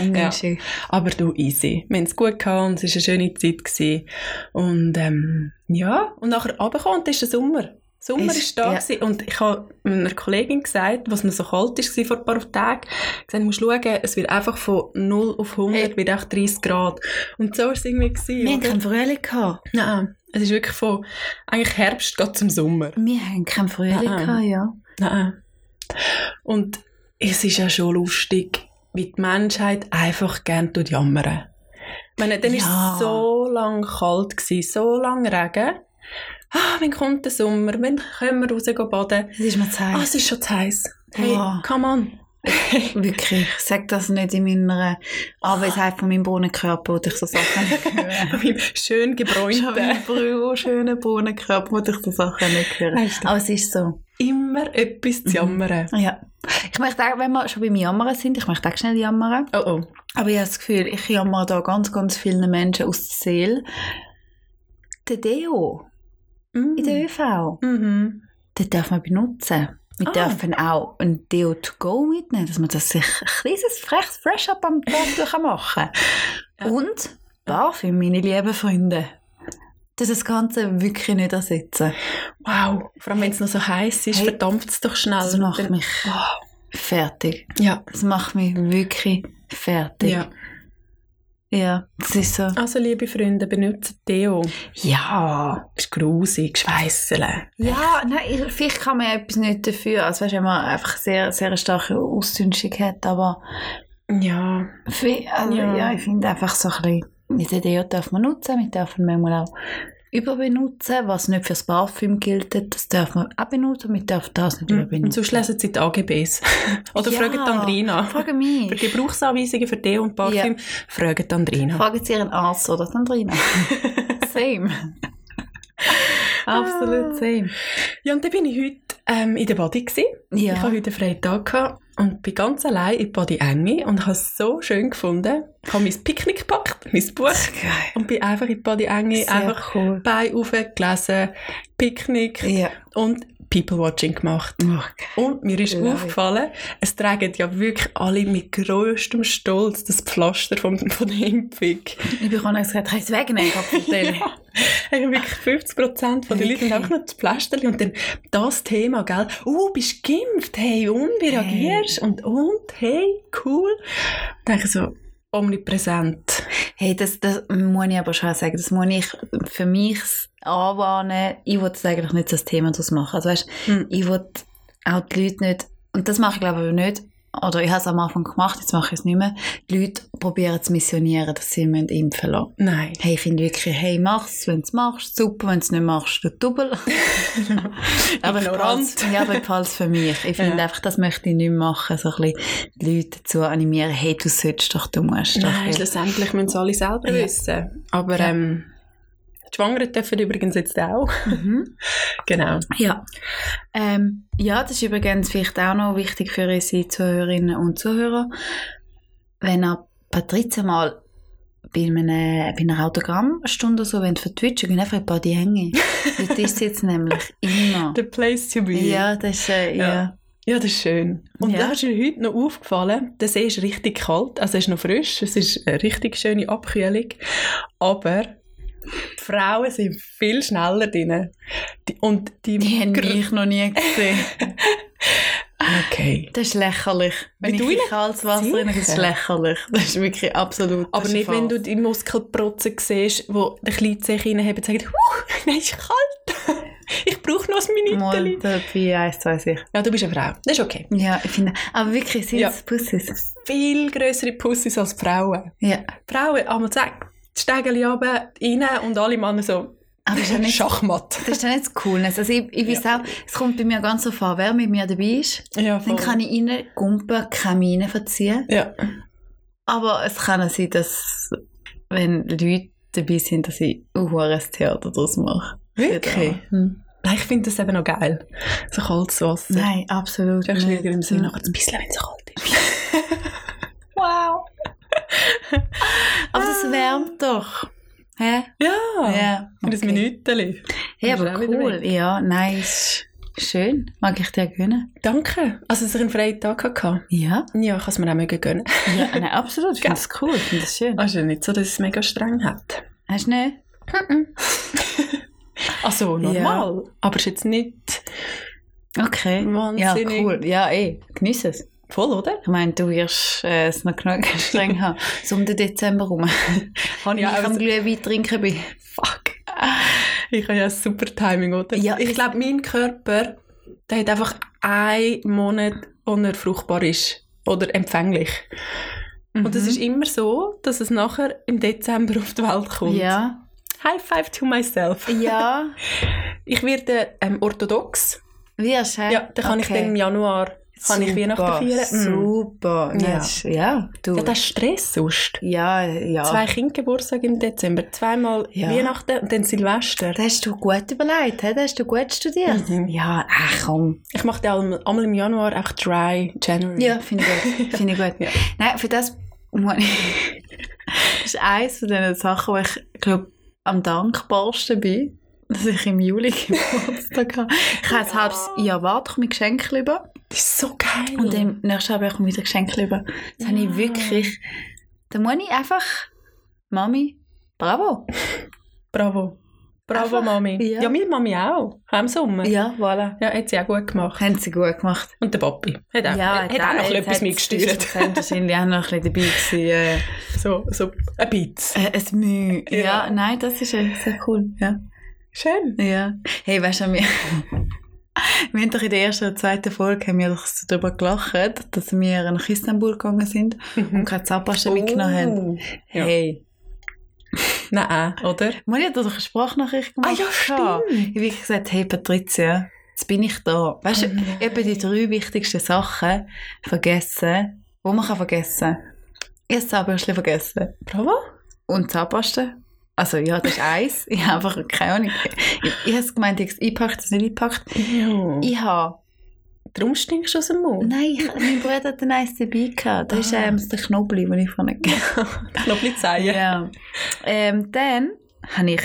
[SPEAKER 2] Oh, ungeschickt.
[SPEAKER 1] Aber du, easy. Wir haben es gut gehabt und es war eine schöne Zeit. Gewesen. Und ähm, ja, und nachher runtergekommen, und dann ist der Sommer. Sommer war
[SPEAKER 2] Ist-
[SPEAKER 1] da
[SPEAKER 2] ja.
[SPEAKER 1] gewesen. und ich habe meiner Kollegin gesagt, was noch so kalt war vor ein paar Tagen, gesagt, du musst schauen, es wird einfach von 0 auf 100,
[SPEAKER 2] Hey.
[SPEAKER 1] wird auch 30 Grad. Und so war es irgendwie. Gewesen.
[SPEAKER 2] Wir haben
[SPEAKER 1] Und ich-
[SPEAKER 2] keinen Frühling gehabt.
[SPEAKER 1] Nein, es ist wirklich von eigentlich Herbst geht zum Sommer.
[SPEAKER 2] Wir haben keinen Frühling
[SPEAKER 1] Nein.
[SPEAKER 2] gehabt, ja.
[SPEAKER 1] Nein. Und es ist ja schon lustig, wie die Menschheit einfach gerne tut jammern. Ich meine, dann war
[SPEAKER 2] Ja.
[SPEAKER 1] es so lange kalt, gewesen, so lange Regen. Ah, wann kommt der Sommer? Wann können wir raus gehen baden?
[SPEAKER 2] Es ist mir zu heiß.
[SPEAKER 1] Ah, es ist schon zu heiß. Hey,
[SPEAKER 2] Wow.
[SPEAKER 1] come on.
[SPEAKER 2] Also, Wirklich, ich sage das nicht in meiner Arbeitszeit von meinem Bohnenkörper, wo ich so Sachen nicht höre.
[SPEAKER 1] Mein schön
[SPEAKER 2] Schon
[SPEAKER 1] gebräunten.
[SPEAKER 2] mein brühe, schöner Bohnenkörper, wo ich so Sachen nicht höre.
[SPEAKER 1] Weißt du?
[SPEAKER 2] Aber es ist so.
[SPEAKER 1] Immer etwas
[SPEAKER 2] Mhm.
[SPEAKER 1] zu jammern.
[SPEAKER 2] Ja. Ich möchte auch, wenn wir schon beim Jammern sind, ich möchte auch schnell jammern.
[SPEAKER 1] Oh oh.
[SPEAKER 2] Aber ich habe das Gefühl, ich jammere da ganz, ganz vielen Menschen aus der Seele. Der Deo in der
[SPEAKER 1] Hm.
[SPEAKER 2] ÖV,
[SPEAKER 1] Mhm.
[SPEAKER 2] den darf man benutzen. Wir
[SPEAKER 1] Ah.
[SPEAKER 2] dürfen auch ein Deo to go mitnehmen, dass man das sich ein kleines, freches Fresh-Up am Tag durch kann machen
[SPEAKER 1] Ja.
[SPEAKER 2] Und Parfüm, meine lieben Freunde. Dass das Ganze wirklich nicht ersetzen.
[SPEAKER 1] Wow. Vor allem, wenn es noch so heiß ist,
[SPEAKER 2] Hey.
[SPEAKER 1] verdampft es doch schnell.
[SPEAKER 2] Das macht
[SPEAKER 1] Dann-
[SPEAKER 2] mich
[SPEAKER 1] Oh,
[SPEAKER 2] fertig.
[SPEAKER 1] Ja.
[SPEAKER 2] Das macht mich wirklich fertig.
[SPEAKER 1] ja.
[SPEAKER 2] Ja, das ist so.
[SPEAKER 1] Also, liebe Freunde, benutzt Deo.
[SPEAKER 2] Ja.
[SPEAKER 1] ist grusig, schweisseln.
[SPEAKER 2] Ja, nein, ich, vielleicht kann man ja etwas nicht dafür. Also, weißt du, wenn man einfach sehr, sehr eine starke Ausdünschung hat, aber
[SPEAKER 1] Ja.
[SPEAKER 2] viel, also,
[SPEAKER 1] Ja.
[SPEAKER 2] ja. ich finde einfach so ein bisschen, diese Deo darf man nutzen, wir dürfen manchmal auch überbenutzen, was nicht fürs Parfüm gilt, das darf man auch benutzen, wir dürfen das nicht
[SPEAKER 1] Hm. Und
[SPEAKER 2] überbenutzen.
[SPEAKER 1] sonst lesen sie die AGBs. Oder
[SPEAKER 2] Ja.
[SPEAKER 1] fragen die Andrina.
[SPEAKER 2] Frage
[SPEAKER 1] Für
[SPEAKER 2] mich.
[SPEAKER 1] Gebrauchsanweisungen für Deo und Parfüm, fragen die Andrina.
[SPEAKER 2] Fragen Sie Ihren Arzt oder die Andrina. same. Absolut same.
[SPEAKER 1] Ja, und dann bin ich heute ähm, in der Body. Gewesen.
[SPEAKER 2] Ja.
[SPEAKER 1] Ich habe heute einen freien Tag gehabt und bin ganz allein in die Body Enge und habe es so schön gefunden. Ich habe mein Picknick gepackt, mein Buch
[SPEAKER 2] geil.
[SPEAKER 1] und bin einfach in die Body Enge,
[SPEAKER 2] Sehr
[SPEAKER 1] einfach
[SPEAKER 2] cool.
[SPEAKER 1] Bein rauf, gelesen, Picknick
[SPEAKER 2] Ja.
[SPEAKER 1] und People-Watching gemacht.
[SPEAKER 2] Oh,
[SPEAKER 1] Und mir ist
[SPEAKER 2] Live.
[SPEAKER 1] aufgefallen, es tragen ja wirklich alle mit größtem Stolz das Pflaster von, von der Impfung.
[SPEAKER 2] Ich bin auch noch gesagt, kannst du es wegnehmen, Kapitän?
[SPEAKER 1] Hey, wirklich 50 Prozent der Leute haben
[SPEAKER 2] Wirklich?
[SPEAKER 1] einfach noch das Pflaster und dann das Thema, gell? Oh, bist du geimpft? Hey, und wie
[SPEAKER 2] Hey.
[SPEAKER 1] reagierst? Und, und, hey, cool. Ich denke so, omnipräsent.
[SPEAKER 2] Hey, das, das muss ich aber schon sagen. Das muss ich für mich anwarnen. Ich will das eigentlich nicht das Thema daraus machen. Also weißt,
[SPEAKER 1] Mhm.
[SPEAKER 2] ich will auch die Leute nicht, und das mache ich glaube ich nicht, oder ich habe es am Anfang gemacht, jetzt mache ich es nicht mehr, die Leute probieren zu missionieren, dass sie müssen impfen lassen.
[SPEAKER 1] Nein.
[SPEAKER 2] Hey, ich finde wirklich, hey, mach's, wenn du's machst, super, wenn du's nicht machst, du doppel. aber ich
[SPEAKER 1] Ignorant.
[SPEAKER 2] behalte ja, aber ich behalte es für mich. Ich finde
[SPEAKER 1] Ja.
[SPEAKER 2] einfach, das möchte ich nicht machen, so ein bisschen die Leute dazu animieren, hey, du sollst doch, du musst doch.
[SPEAKER 1] Nein,
[SPEAKER 2] Weil-
[SPEAKER 1] schlussendlich müssen es alle selber
[SPEAKER 2] Ja.
[SPEAKER 1] wissen. Aber
[SPEAKER 2] Ja.
[SPEAKER 1] ähm, die Schwangeren dürfen übrigens jetzt auch. Genau.
[SPEAKER 2] Ja. mhm. Ähm, ja, das ist übrigens vielleicht auch noch wichtig für unsere Zuhörerinnen und Zuhörer. Wenn ihr Patrizia mal bei, einem, bei einer Autogrammstunde so wollt vertwitschen wollt, einfach ein paar die Hänge. Dort ist sie jetzt nämlich immer.
[SPEAKER 1] The place to be.
[SPEAKER 2] Ja, das ist, äh,
[SPEAKER 1] Ja.
[SPEAKER 2] ja.
[SPEAKER 1] Ja, das ist schön. Und
[SPEAKER 2] Ja.
[SPEAKER 1] da ist mir heute noch aufgefallen, der See ist richtig kalt, also er ist noch frisch, es ist eine richtig schöne Abkühlung, aber Die Frauen sind viel schneller drin. Die, und die,
[SPEAKER 2] Die haben
[SPEAKER 1] Gr-
[SPEAKER 2] mich noch nie gesehen.
[SPEAKER 1] Okay.
[SPEAKER 2] Das ist lächerlich. Wenn
[SPEAKER 1] Wie du
[SPEAKER 2] ich
[SPEAKER 1] ihn-
[SPEAKER 2] in kaltes Wasser rein, das ist
[SPEAKER 1] Sicher.
[SPEAKER 2] lächerlich. Das ist wirklich absolut.
[SPEAKER 1] Aber
[SPEAKER 2] das ist
[SPEAKER 1] nicht, wenn
[SPEAKER 2] falsch.
[SPEAKER 1] du die Muskelprotze siehst, wo der kleine Zeh reinhebt und sagt, «Huh, nein, ist kalt. ich brauche noch ein
[SPEAKER 2] Mal
[SPEAKER 1] Minütchen.
[SPEAKER 2] dabei eins, zwei, sicher.
[SPEAKER 1] Ja, du bist eine Frau. Das ist okay.
[SPEAKER 2] Ja, ich finde. Aber wirklich, sind
[SPEAKER 1] Ja.
[SPEAKER 2] es Pussys?
[SPEAKER 1] Viel größere Pussys als Frauen.
[SPEAKER 2] Ja.
[SPEAKER 1] Frauen, einmal zack, die Stegeli runter, rein und alle Männer so,
[SPEAKER 2] Aber ist ja nicht.
[SPEAKER 1] Schachmatt.
[SPEAKER 2] Das ist dann nicht das Coolness. Also ich, ich weiß auch, es kommt bei mir ganz so an, wer mit mir dabei ist.
[SPEAKER 1] Ja,
[SPEAKER 2] Dann kann ich rein Gumpen, Kamine verziehen.
[SPEAKER 1] Ja.
[SPEAKER 2] Aber es kann auch sein, dass, wenn Leute dabei sind, dass ich ein hohes Theater daraus mache.
[SPEAKER 1] Wirklich?
[SPEAKER 2] Hm.
[SPEAKER 1] Nein, ich finde das eben noch geil. So kaltes Wasser.
[SPEAKER 2] Nein, absolut.
[SPEAKER 1] Ich
[SPEAKER 2] nicht.
[SPEAKER 1] schlage im Sinn nachher ein bisschen, wenn es kalt ist.
[SPEAKER 2] Wow. aber das wärmt doch. Hä?
[SPEAKER 1] Ja. Ah,
[SPEAKER 2] Ja.
[SPEAKER 1] Und ein Minütchen.
[SPEAKER 2] Hey,
[SPEAKER 1] Ist
[SPEAKER 2] aber
[SPEAKER 1] auch wieder
[SPEAKER 2] cool. Ja, nice. Schön. Mag ich dir gönnen?
[SPEAKER 1] Danke. Also, dass ich einen freien Tag hatte.
[SPEAKER 2] Ja.
[SPEAKER 1] Ja, ich kann es mir auch mögen gönnen.
[SPEAKER 2] Ja, nein, absolut. Ich finde das cool. Ich finde das schön.
[SPEAKER 1] Also, nicht so, dass es mega streng hat.
[SPEAKER 2] Hast du nicht?
[SPEAKER 1] Also, normal. Aber es ist jetzt nicht
[SPEAKER 2] Okay.
[SPEAKER 1] wahnsinnig.
[SPEAKER 2] Ja, cool. Ja, eh. Genieß es.
[SPEAKER 1] Voll, oder?
[SPEAKER 2] Ich meine, du wirst äh, es noch genug streng haben. So um den Dezember rum. Habe ich
[SPEAKER 1] Ja,
[SPEAKER 2] mich am
[SPEAKER 1] also-
[SPEAKER 2] Glühwein trinken bin.
[SPEAKER 1] Fuck. Ich habe ja ein super Timing, oder?
[SPEAKER 2] Ja,
[SPEAKER 1] ich
[SPEAKER 2] ich-
[SPEAKER 1] glaube, mein Körper der hat einfach einen Monat, wo er fruchtbar ist oder empfänglich. Und
[SPEAKER 2] Mhm.
[SPEAKER 1] es ist immer so, dass es nachher im Dezember auf die Welt kommt.
[SPEAKER 2] Ja.
[SPEAKER 1] High five to myself.
[SPEAKER 2] Ja.
[SPEAKER 1] Ich werde ähm, orthodox.
[SPEAKER 2] Wirst, hä?
[SPEAKER 1] Ja, dann kann ich
[SPEAKER 2] Okay.
[SPEAKER 1] dann im Januar kann ich Weihnachten feiern. Mm.
[SPEAKER 2] Super.
[SPEAKER 1] Ja.
[SPEAKER 2] Ja. ja, du.
[SPEAKER 1] Ja, das ist Stress sonst.
[SPEAKER 2] Ja, ja.
[SPEAKER 1] Zwei Kindgeburtstage im Dezember, zweimal
[SPEAKER 2] Ja.
[SPEAKER 1] Weihnachten und dann Silvester.
[SPEAKER 2] Das hast du gut überlegt, hä? das hast du gut studiert.
[SPEAKER 1] Mhm.
[SPEAKER 2] Ja, ach komm.
[SPEAKER 1] Ich mache dann einmal- einmal im Januar auch Dry January.
[SPEAKER 2] Ja, finde ich gut. Finde ich gut.
[SPEAKER 1] Ja.
[SPEAKER 2] Nein, für das muss ich... Das ist eines von den Sachen, wo ich, glaube am dankbarsten bin, dass ich im Juli Geburtstag habe. Ich habe ein halbes Jahr warte, ich komme Geschenke über
[SPEAKER 1] Das ist so geil.
[SPEAKER 2] und im nächsten Jahr komme ich wieder Geschenke über. Das habe
[SPEAKER 1] Ja.
[SPEAKER 2] ich wirklich... Da muss ich einfach... Mami, bravo.
[SPEAKER 1] Bravo. Bravo,
[SPEAKER 2] Einfach,
[SPEAKER 1] Mami.
[SPEAKER 2] ja.
[SPEAKER 1] ja, meine Mami auch. Auch im Sommer.
[SPEAKER 2] Ja, voilà.
[SPEAKER 1] Ja, hat sie auch gut gemacht.
[SPEAKER 2] Haben sie gut gemacht.
[SPEAKER 1] Und der Papi hat auch, hat auch noch etwas mitgesteuert.
[SPEAKER 2] wahrscheinlich auch noch ein bisschen dabei gewesen. Äh,
[SPEAKER 1] So, so ein bisschen.
[SPEAKER 2] äh, ein Mühe. Ja.
[SPEAKER 1] Ja.
[SPEAKER 2] nein, das ist äh, sehr cool. Ja.
[SPEAKER 1] Schön.
[SPEAKER 2] ja. Hey, weißt du, wir, wir haben doch in der ersten oder zweiten Folge haben wir doch so darüber gelacht, dass wir nach Istanbul gegangen sind und keine Zahnpasta mitgenommen haben.
[SPEAKER 1] Mhm. Oh, ja.
[SPEAKER 2] Hey.
[SPEAKER 1] Nein, äh, oder?
[SPEAKER 2] Moni hat doch eine Sprachnachricht
[SPEAKER 1] Ah,
[SPEAKER 2] gemacht. Ich habe wirklich gesagt, hey Patricia, jetzt bin ich da. Weißt du,
[SPEAKER 1] Oh nein.
[SPEAKER 2] eben die drei wichtigsten Sachen vergessen, die man kann vergessen kann. Ich habe das Zahnbürstchen vergessen.
[SPEAKER 1] Bravo.
[SPEAKER 2] Und Zahnpasta. Also ja, das ist eins. Ich habe einfach keine Ahnung. Ich, ich habe es gemeint, ich habe es eingepackt, es nicht eingepackt.
[SPEAKER 1] Ja.
[SPEAKER 2] Ich habe...
[SPEAKER 1] Darum stinkst du aus dem Mund.
[SPEAKER 2] Nein, ich, mein Bruder hat ein eins dabei gehabt. Das ist
[SPEAKER 1] Ah.
[SPEAKER 2] ähm, der Knobli, den ich vorne gegeben
[SPEAKER 1] Knoblauch
[SPEAKER 2] habe.
[SPEAKER 1] zeigen.
[SPEAKER 2] Ja. Ähm, dann habe ich...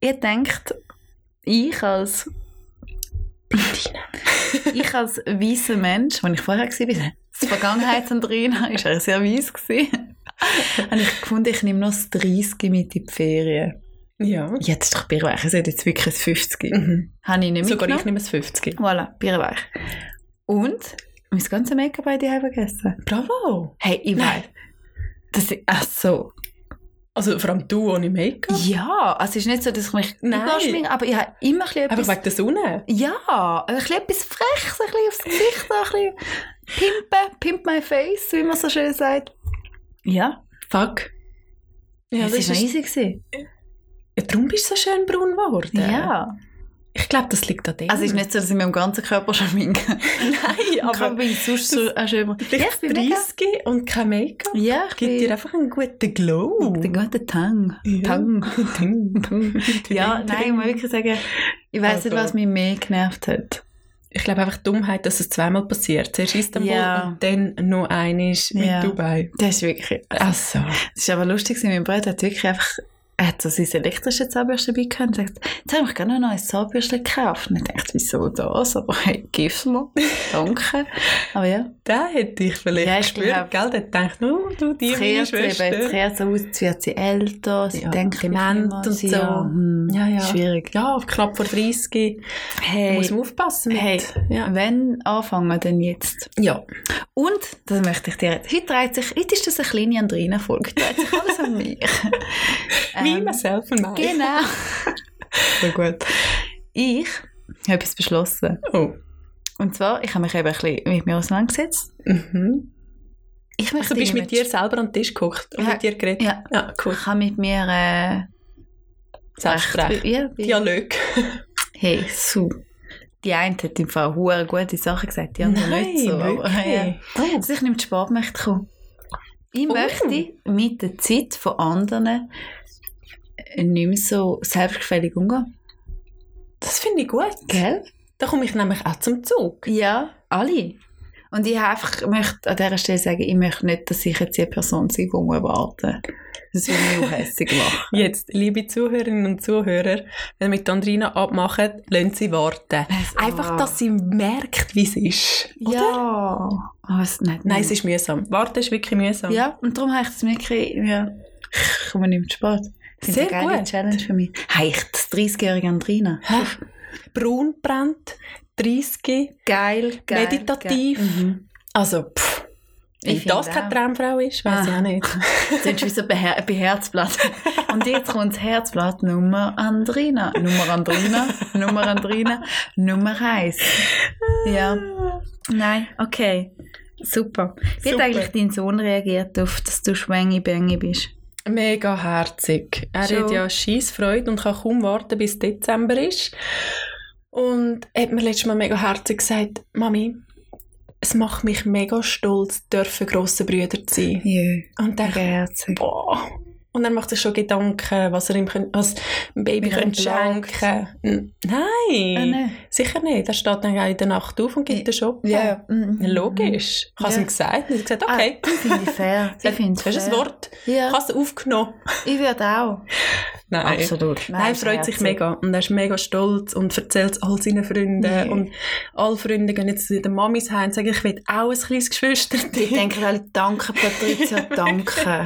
[SPEAKER 2] Ich denkt, ich als ich als weißer Mensch, wenn ich vorher war, das Vergangenheitsandrina, ist er sehr weiss gewesen, habe ich gefunden, ich nehme noch das 30 mit in die Ferien.
[SPEAKER 1] Ja.
[SPEAKER 2] Jetzt ist doch Birnweich, es hat jetzt wirklich das 50.
[SPEAKER 1] Mhm.
[SPEAKER 2] Habe ich nicht
[SPEAKER 1] Sogar ich
[SPEAKER 2] mitgenommen.
[SPEAKER 1] nehme es 50.
[SPEAKER 2] Voilà, Birnweich. Und mein ganzes Make-up habe ich daheim vergessen.
[SPEAKER 1] Bravo.
[SPEAKER 2] Hey, ich
[SPEAKER 1] Nein.
[SPEAKER 2] weiß. Das ist, ach so.
[SPEAKER 1] Also vor allem du ohne Make-up.
[SPEAKER 2] Ja, also es ist nicht so, dass ich mich
[SPEAKER 1] Nein.
[SPEAKER 2] überschminke, aber ich habe immer ein bisschen
[SPEAKER 1] Einfach
[SPEAKER 2] etwas...
[SPEAKER 1] wegen der Sonne.
[SPEAKER 2] Ja, ein bisschen etwas Freches, ein bisschen aufs Gesicht, ein bisschen pimpen, pimp my face, wie man so schön sagt. Ja,
[SPEAKER 1] Fuck. Ja, das ist,
[SPEAKER 2] easy gewesen.
[SPEAKER 1] ja, darum bist du so schön braun geworden.
[SPEAKER 2] Ja.
[SPEAKER 1] Ich glaube, das liegt an dem.
[SPEAKER 2] Also es ist nicht so, dass ich mir am ganzen Körper schminke.
[SPEAKER 1] Nein,
[SPEAKER 2] Aber
[SPEAKER 1] aber
[SPEAKER 2] bin ich sonst so auch schön. Ja, ich
[SPEAKER 1] vielleicht
[SPEAKER 2] bin mega.
[SPEAKER 1] 30 und kein Make-up
[SPEAKER 2] Ja, ich
[SPEAKER 1] gibt dir
[SPEAKER 2] bin...
[SPEAKER 1] einfach einen guten Glow.
[SPEAKER 2] Den guten Tang.
[SPEAKER 1] Ja.
[SPEAKER 2] Tang.
[SPEAKER 1] Ding.
[SPEAKER 2] Tang. Ja, nein, ich muss wirklich sagen, ich weiss nicht,
[SPEAKER 1] Also.
[SPEAKER 2] was mich mehr genervt hat.
[SPEAKER 1] Ich glaube einfach die Dummheit, dass es zweimal passiert. Zuerst Istanbul
[SPEAKER 2] Ja.
[SPEAKER 1] und dann noch einisch mit
[SPEAKER 2] Ja.
[SPEAKER 1] Dubai.
[SPEAKER 2] Das ist wirklich...
[SPEAKER 1] Also,
[SPEAKER 2] Das ist aber lustig, gewesen, mein Bruder hat wirklich einfach hat so sein elektrisches Zahnbürste dabei gehabt und sagt, jetzt habe ich gerne noch ein neues Zahnbürste gekauft. Und ich dachte, wieso das? Aber hey, gib's mir. Danke. Aber ja.
[SPEAKER 1] Den hätte ich vielleicht
[SPEAKER 2] Ja, ich
[SPEAKER 1] gespürt,
[SPEAKER 2] glaub-
[SPEAKER 1] gell? Der denkt, oh, du, die
[SPEAKER 2] Das
[SPEAKER 1] meine
[SPEAKER 2] kehrt sie eben,
[SPEAKER 1] Schwester.
[SPEAKER 2] jetzt kehrt sie aus, jetzt wird sie älter, sie
[SPEAKER 1] Ja,
[SPEAKER 2] denkt
[SPEAKER 1] dement
[SPEAKER 2] immer,
[SPEAKER 1] und
[SPEAKER 2] sie-
[SPEAKER 1] so.
[SPEAKER 2] Ja, hm,
[SPEAKER 1] Ja, ja.
[SPEAKER 2] Schwierig.
[SPEAKER 1] Ja, knapp vor 30. Da
[SPEAKER 2] Hey,
[SPEAKER 1] muss man aufpassen mit.
[SPEAKER 2] hey
[SPEAKER 1] Ja.
[SPEAKER 2] wenn anfangen, dann jetzt.
[SPEAKER 1] ja.
[SPEAKER 2] Und, das möchte ich dir jetzt, heute dreht sich, heute ist das eine kleine Andrina-Folge, dreht sich alles um mich. Ähm,
[SPEAKER 1] Me, myself and mine.
[SPEAKER 2] genau.
[SPEAKER 1] So gut.
[SPEAKER 2] Ich habe etwas beschlossen.
[SPEAKER 1] Oh.
[SPEAKER 2] Und zwar, ich habe mich eben ein bisschen mit mir auseinandergesetzt.
[SPEAKER 1] Mhm.
[SPEAKER 2] Ich
[SPEAKER 1] Also
[SPEAKER 2] möchte
[SPEAKER 1] bist du mit dir
[SPEAKER 2] niemanden-
[SPEAKER 1] selber an den Tisch geguckt und
[SPEAKER 2] Ja.
[SPEAKER 1] mit dir geredet?
[SPEAKER 2] Ja,
[SPEAKER 1] Ja, cool.
[SPEAKER 2] ich habe mit mir äh,
[SPEAKER 1] Selbstgespräch.
[SPEAKER 2] Ja, ja.
[SPEAKER 1] Dialog.
[SPEAKER 2] Hey, so. Die eine hat im Fall hure gute Sachen gesagt, die andere nicht so. aber, ja.
[SPEAKER 1] wirklich? Oh.
[SPEAKER 2] dass ich nicht zu spät möchte kommen. Ich
[SPEAKER 1] Oh.
[SPEAKER 2] möchte mit der Zeit von anderen nicht mehr so selbstgefällig umgehen.
[SPEAKER 1] Das finde ich gut.
[SPEAKER 2] Gell?
[SPEAKER 1] Da komme ich nämlich auch zum Zug.
[SPEAKER 2] Ja, alle. Und ich habe einfach, möchte an dieser Stelle sagen, ich möchte nicht, dass ich jetzt die Person sei, die muss warten Das würde mich auch hässlich machen.
[SPEAKER 1] Jetzt, liebe Zuhörerinnen und Zuhörer, wenn ihr mit Andrina abmachen, lassen sie warten. Einfach, dass sie merkt, wie es ist. Oder?
[SPEAKER 2] Ah. Ja. Aber es, Ah, nein,
[SPEAKER 1] Nein, es ist mühsam. Warten ist wirklich mühsam.
[SPEAKER 2] Ja, und darum habe ich das mitgekriegt. Ja. Ich komme nicht mehr zu spät. Das ist
[SPEAKER 1] Sehr
[SPEAKER 2] eine geile
[SPEAKER 1] gut.
[SPEAKER 2] Challenge für mich. Hey, ich, das 30-jährige Andrina.
[SPEAKER 1] Hä? Braun brennt, 30,
[SPEAKER 2] Geil, Mhm.
[SPEAKER 1] meditativ. Also, pff, wenn
[SPEAKER 2] Ich
[SPEAKER 1] das
[SPEAKER 2] finde
[SPEAKER 1] keine
[SPEAKER 2] auch.
[SPEAKER 1] Traumfrau ist, weiß ich
[SPEAKER 2] Ah.
[SPEAKER 1] auch nicht.
[SPEAKER 2] Sonst wie so bei, Her bei Herzblatt. Und jetzt kommt das Herzblatt Nummer Andrina. Nummer Andrina, Nummer Andrina, Nummer eins. Ja, nein, okay. Super. Wie hat
[SPEAKER 1] Super.
[SPEAKER 2] eigentlich dein Sohn reagiert darauf, dass du schwengi-bengi bist?
[SPEAKER 1] Mega herzig. Er
[SPEAKER 2] Schon.
[SPEAKER 1] hat ja scheisse Freude und kann kaum warten, bis Dezember ist. Und hat mir letztes Mal mega herzig gesagt, Mami, es macht mich mega stolz, dürfen grosse Brüder zu sein.
[SPEAKER 2] Ja,
[SPEAKER 1] Und dann
[SPEAKER 2] herzig.
[SPEAKER 1] boah. Und er macht sich schon Gedanken, was er ihm könnt, was dem Baby
[SPEAKER 2] Wie er ihm
[SPEAKER 1] könnte schenken N- Nein,
[SPEAKER 2] Ah, nein.
[SPEAKER 1] sicher nicht. Er steht dann auch in der Nacht auf und gibt den shoppen.
[SPEAKER 2] Ja, mhm.
[SPEAKER 1] Ja, Logisch. Ich habe es
[SPEAKER 2] Ja.
[SPEAKER 1] ihm gesagt. Und er hat gesagt,
[SPEAKER 2] Ah,
[SPEAKER 1] okay. Äh,
[SPEAKER 2] das finde ich fair. Ich finde
[SPEAKER 1] das
[SPEAKER 2] fair.
[SPEAKER 1] ist ein Wort. Ich
[SPEAKER 2] Ja,
[SPEAKER 1] habe es aufgenommen.
[SPEAKER 2] ich würde auch.
[SPEAKER 1] Nein.
[SPEAKER 2] Absolut.
[SPEAKER 1] Nein, er freut sich
[SPEAKER 2] herzig.
[SPEAKER 1] mega und er ist mega stolz und erzählt es all seinen Freunden.
[SPEAKER 2] Nee.
[SPEAKER 1] Und alle Freunde gehen jetzt zu den Mamis heim und sagen, ich will auch ein kleines Geschwister.
[SPEAKER 2] Ich denke alle, danke Patricia, danke.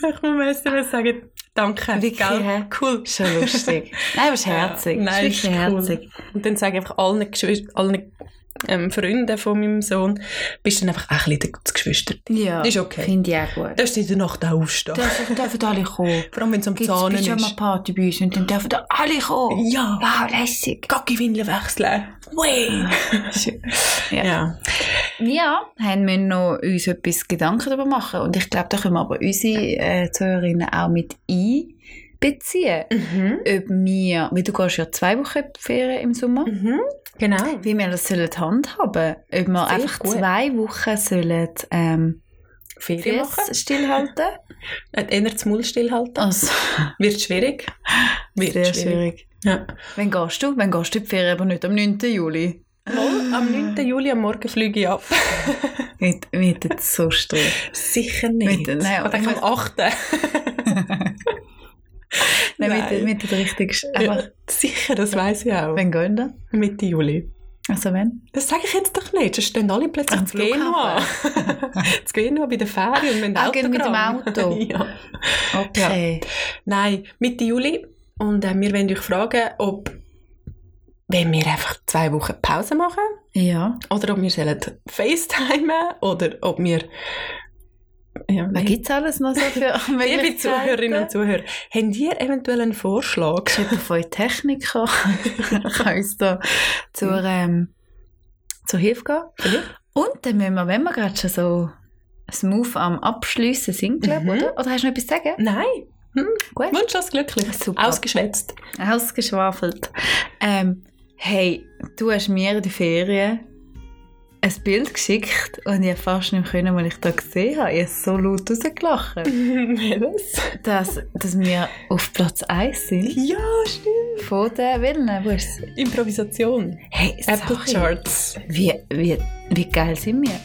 [SPEAKER 1] Ich muss mir SMS sagen, danke.
[SPEAKER 2] Wirklich,
[SPEAKER 1] gell?
[SPEAKER 2] hä?
[SPEAKER 1] Cool.
[SPEAKER 2] Schon lustig. Nein, aber es ist herzig.
[SPEAKER 1] Ja, nein,
[SPEAKER 2] es ist
[SPEAKER 1] ist
[SPEAKER 2] wirklich
[SPEAKER 1] cool.
[SPEAKER 2] herzig.
[SPEAKER 1] Und dann sage ich einfach allen, Geschwis- allen ähm, Freunden von meinem Sohn, bist du dann einfach auch ein bisschen das Geschwister.
[SPEAKER 2] Ja,
[SPEAKER 1] Ist okay.
[SPEAKER 2] Finde ich auch gut.
[SPEAKER 1] Darfst du in der Nacht auch aufstehen?
[SPEAKER 2] Dürfen, dürfen alle kommen.
[SPEAKER 1] Vor allem, wenn es am
[SPEAKER 2] Gibt es
[SPEAKER 1] Zahnen
[SPEAKER 2] pyjama
[SPEAKER 1] ist.
[SPEAKER 2] Party bei uns und dann dürfen da alle kommen.
[SPEAKER 1] Ja,
[SPEAKER 2] Wow, lässig.
[SPEAKER 1] Gaggi-Windeln wechseln. Wee!
[SPEAKER 2] Mhm. Schön.
[SPEAKER 1] Ja.
[SPEAKER 2] Ja. ja, haben wir noch uns etwas Gedanken darüber machen und ich glaube, da können wir aber unsere äh, Zuhörerinnen auch mit einbeziehen.
[SPEAKER 1] Mhm.
[SPEAKER 2] Ob wir, weil du gehst ja zwei Wochen in die Ferien im Sommer.
[SPEAKER 1] Mhm. Genau.
[SPEAKER 2] wie wir das sollen handhaben sollen. Ob wir
[SPEAKER 1] Sehr
[SPEAKER 2] einfach
[SPEAKER 1] gut.
[SPEAKER 2] zwei Wochen sollen, ähm,
[SPEAKER 1] Ferien machen.
[SPEAKER 2] Füße stillhalten
[SPEAKER 1] Hat eher das Maul stillhalten.
[SPEAKER 2] Also,
[SPEAKER 1] Wird schwierig. Wird
[SPEAKER 2] sehr schwierig.
[SPEAKER 1] Ja.
[SPEAKER 2] Wann gehst du? Wann gehst du in die Ferien? Aber nicht am 9. Juli.
[SPEAKER 1] Mal, am 9. Juli am Morgen fliege ich ab.
[SPEAKER 2] Mit, mit der so streng.
[SPEAKER 1] Sicher nicht.
[SPEAKER 2] Mit- nein,
[SPEAKER 1] ich denke, am 8.
[SPEAKER 2] Nein, mit, der-
[SPEAKER 1] Nein.
[SPEAKER 2] mit der richtigen... Sch-
[SPEAKER 1] Ja,
[SPEAKER 2] Aber
[SPEAKER 1] sicher, das weiss ich auch.
[SPEAKER 2] wann gehen wir?
[SPEAKER 1] Mitte Juli.
[SPEAKER 2] Also wann?
[SPEAKER 1] Das sage ich jetzt doch nicht. Sonst stehen alle plötzlich
[SPEAKER 2] Am
[SPEAKER 1] zu Genua. zu Genua bei der Ferien und mit dem
[SPEAKER 2] Ah, gehen mit dem Auto.
[SPEAKER 1] ja.
[SPEAKER 2] Okay.
[SPEAKER 1] Nein, Mitte Juli. Und äh, wir wollen euch fragen, ob wenn wir einfach zwei Wochen Pause machen
[SPEAKER 2] Ja.
[SPEAKER 1] Oder ob wir sollen FaceTimen oder ob wir. Ja,
[SPEAKER 2] Was
[SPEAKER 1] nein.
[SPEAKER 2] gibt es alles noch so für
[SPEAKER 1] Liebe Zuhörerinnen und Zuhörer, habt ihr eventuell einen Vorschlag?
[SPEAKER 2] Zuhörer. von euch Techniker kann uns da zur, ähm, zur Hilfe gehen. Und dann müssen wir, wenn wir gerade schon so smooth am Abschliessen sind, glaube
[SPEAKER 1] Mhm.
[SPEAKER 2] oder? Oder hast du noch etwas zu sagen?
[SPEAKER 1] Nein,
[SPEAKER 2] Gut.
[SPEAKER 1] wunschlos glücklich.
[SPEAKER 2] Ah, Super.
[SPEAKER 1] Ausgeschwätzt.
[SPEAKER 2] Ausgeschwafelt. Ähm, hey, du hast mir in den Ferien ein Bild geschickt und ich habe fast nicht mehr können, weil ich da gesehen habe. Ich habe so laut rausgelacht,
[SPEAKER 1] Was?
[SPEAKER 2] dass, dass wir auf Platz 1 sind.
[SPEAKER 1] Ja, stimmt.
[SPEAKER 2] Von der Willen, wo ist es?
[SPEAKER 1] Improvisation.
[SPEAKER 2] Hey,
[SPEAKER 1] Apple
[SPEAKER 2] sorry.
[SPEAKER 1] Charts.
[SPEAKER 2] Wie, wie, wie geil sind wir?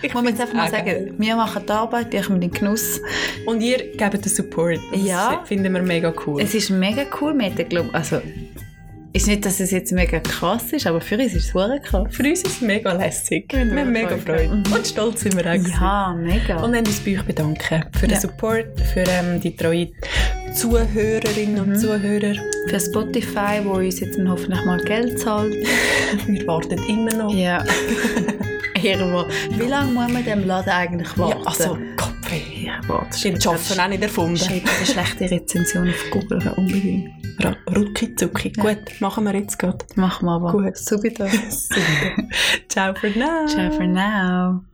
[SPEAKER 1] Ich
[SPEAKER 2] muss jetzt
[SPEAKER 1] find's
[SPEAKER 2] einfach mal
[SPEAKER 1] auch geil.
[SPEAKER 2] sagen, wir machen die Arbeit, ich mit den Genuss.
[SPEAKER 1] Und ihr gebt den Support. Das
[SPEAKER 2] Ja.
[SPEAKER 1] finden wir mega cool.
[SPEAKER 2] Es ist mega cool mit dem Club. Also, ist nicht, dass es jetzt mega krass ist, aber für uns ist es hure krass.
[SPEAKER 1] Für uns ist es mega lässig.
[SPEAKER 2] Ja,
[SPEAKER 1] wir haben mega
[SPEAKER 2] voll.
[SPEAKER 1] Freude.
[SPEAKER 2] Mhm.
[SPEAKER 1] Und stolz sind wir auch. gewesen.
[SPEAKER 2] Ja, mega.
[SPEAKER 1] Und wollen uns bei euch bedanken für den
[SPEAKER 2] Ja.
[SPEAKER 1] Support, für ähm, die treue Zuhörerinnen und Zuhörer.
[SPEAKER 2] für Spotify, wo uns jetzt dann hoffentlich mal Geld zahlt.
[SPEAKER 1] Wir warten immer noch.
[SPEAKER 2] Ja. Irgendwo. Wie lange muss man dem Laden eigentlich warten?
[SPEAKER 1] Ja, also, Kopf.
[SPEAKER 2] Ja, warte.
[SPEAKER 1] Stimmt, die Arbeiten auch nicht erfunden.
[SPEAKER 2] Schreibt eine schlechte Rezension auf Google.
[SPEAKER 1] Ja, unbedingt. Ra- Rucki zucki.
[SPEAKER 2] Ja.
[SPEAKER 1] Gut, machen wir jetzt gerade.
[SPEAKER 2] Machen wir aber.
[SPEAKER 1] Gut.
[SPEAKER 2] Subito.
[SPEAKER 1] Ciao für now.
[SPEAKER 2] Ciao for now.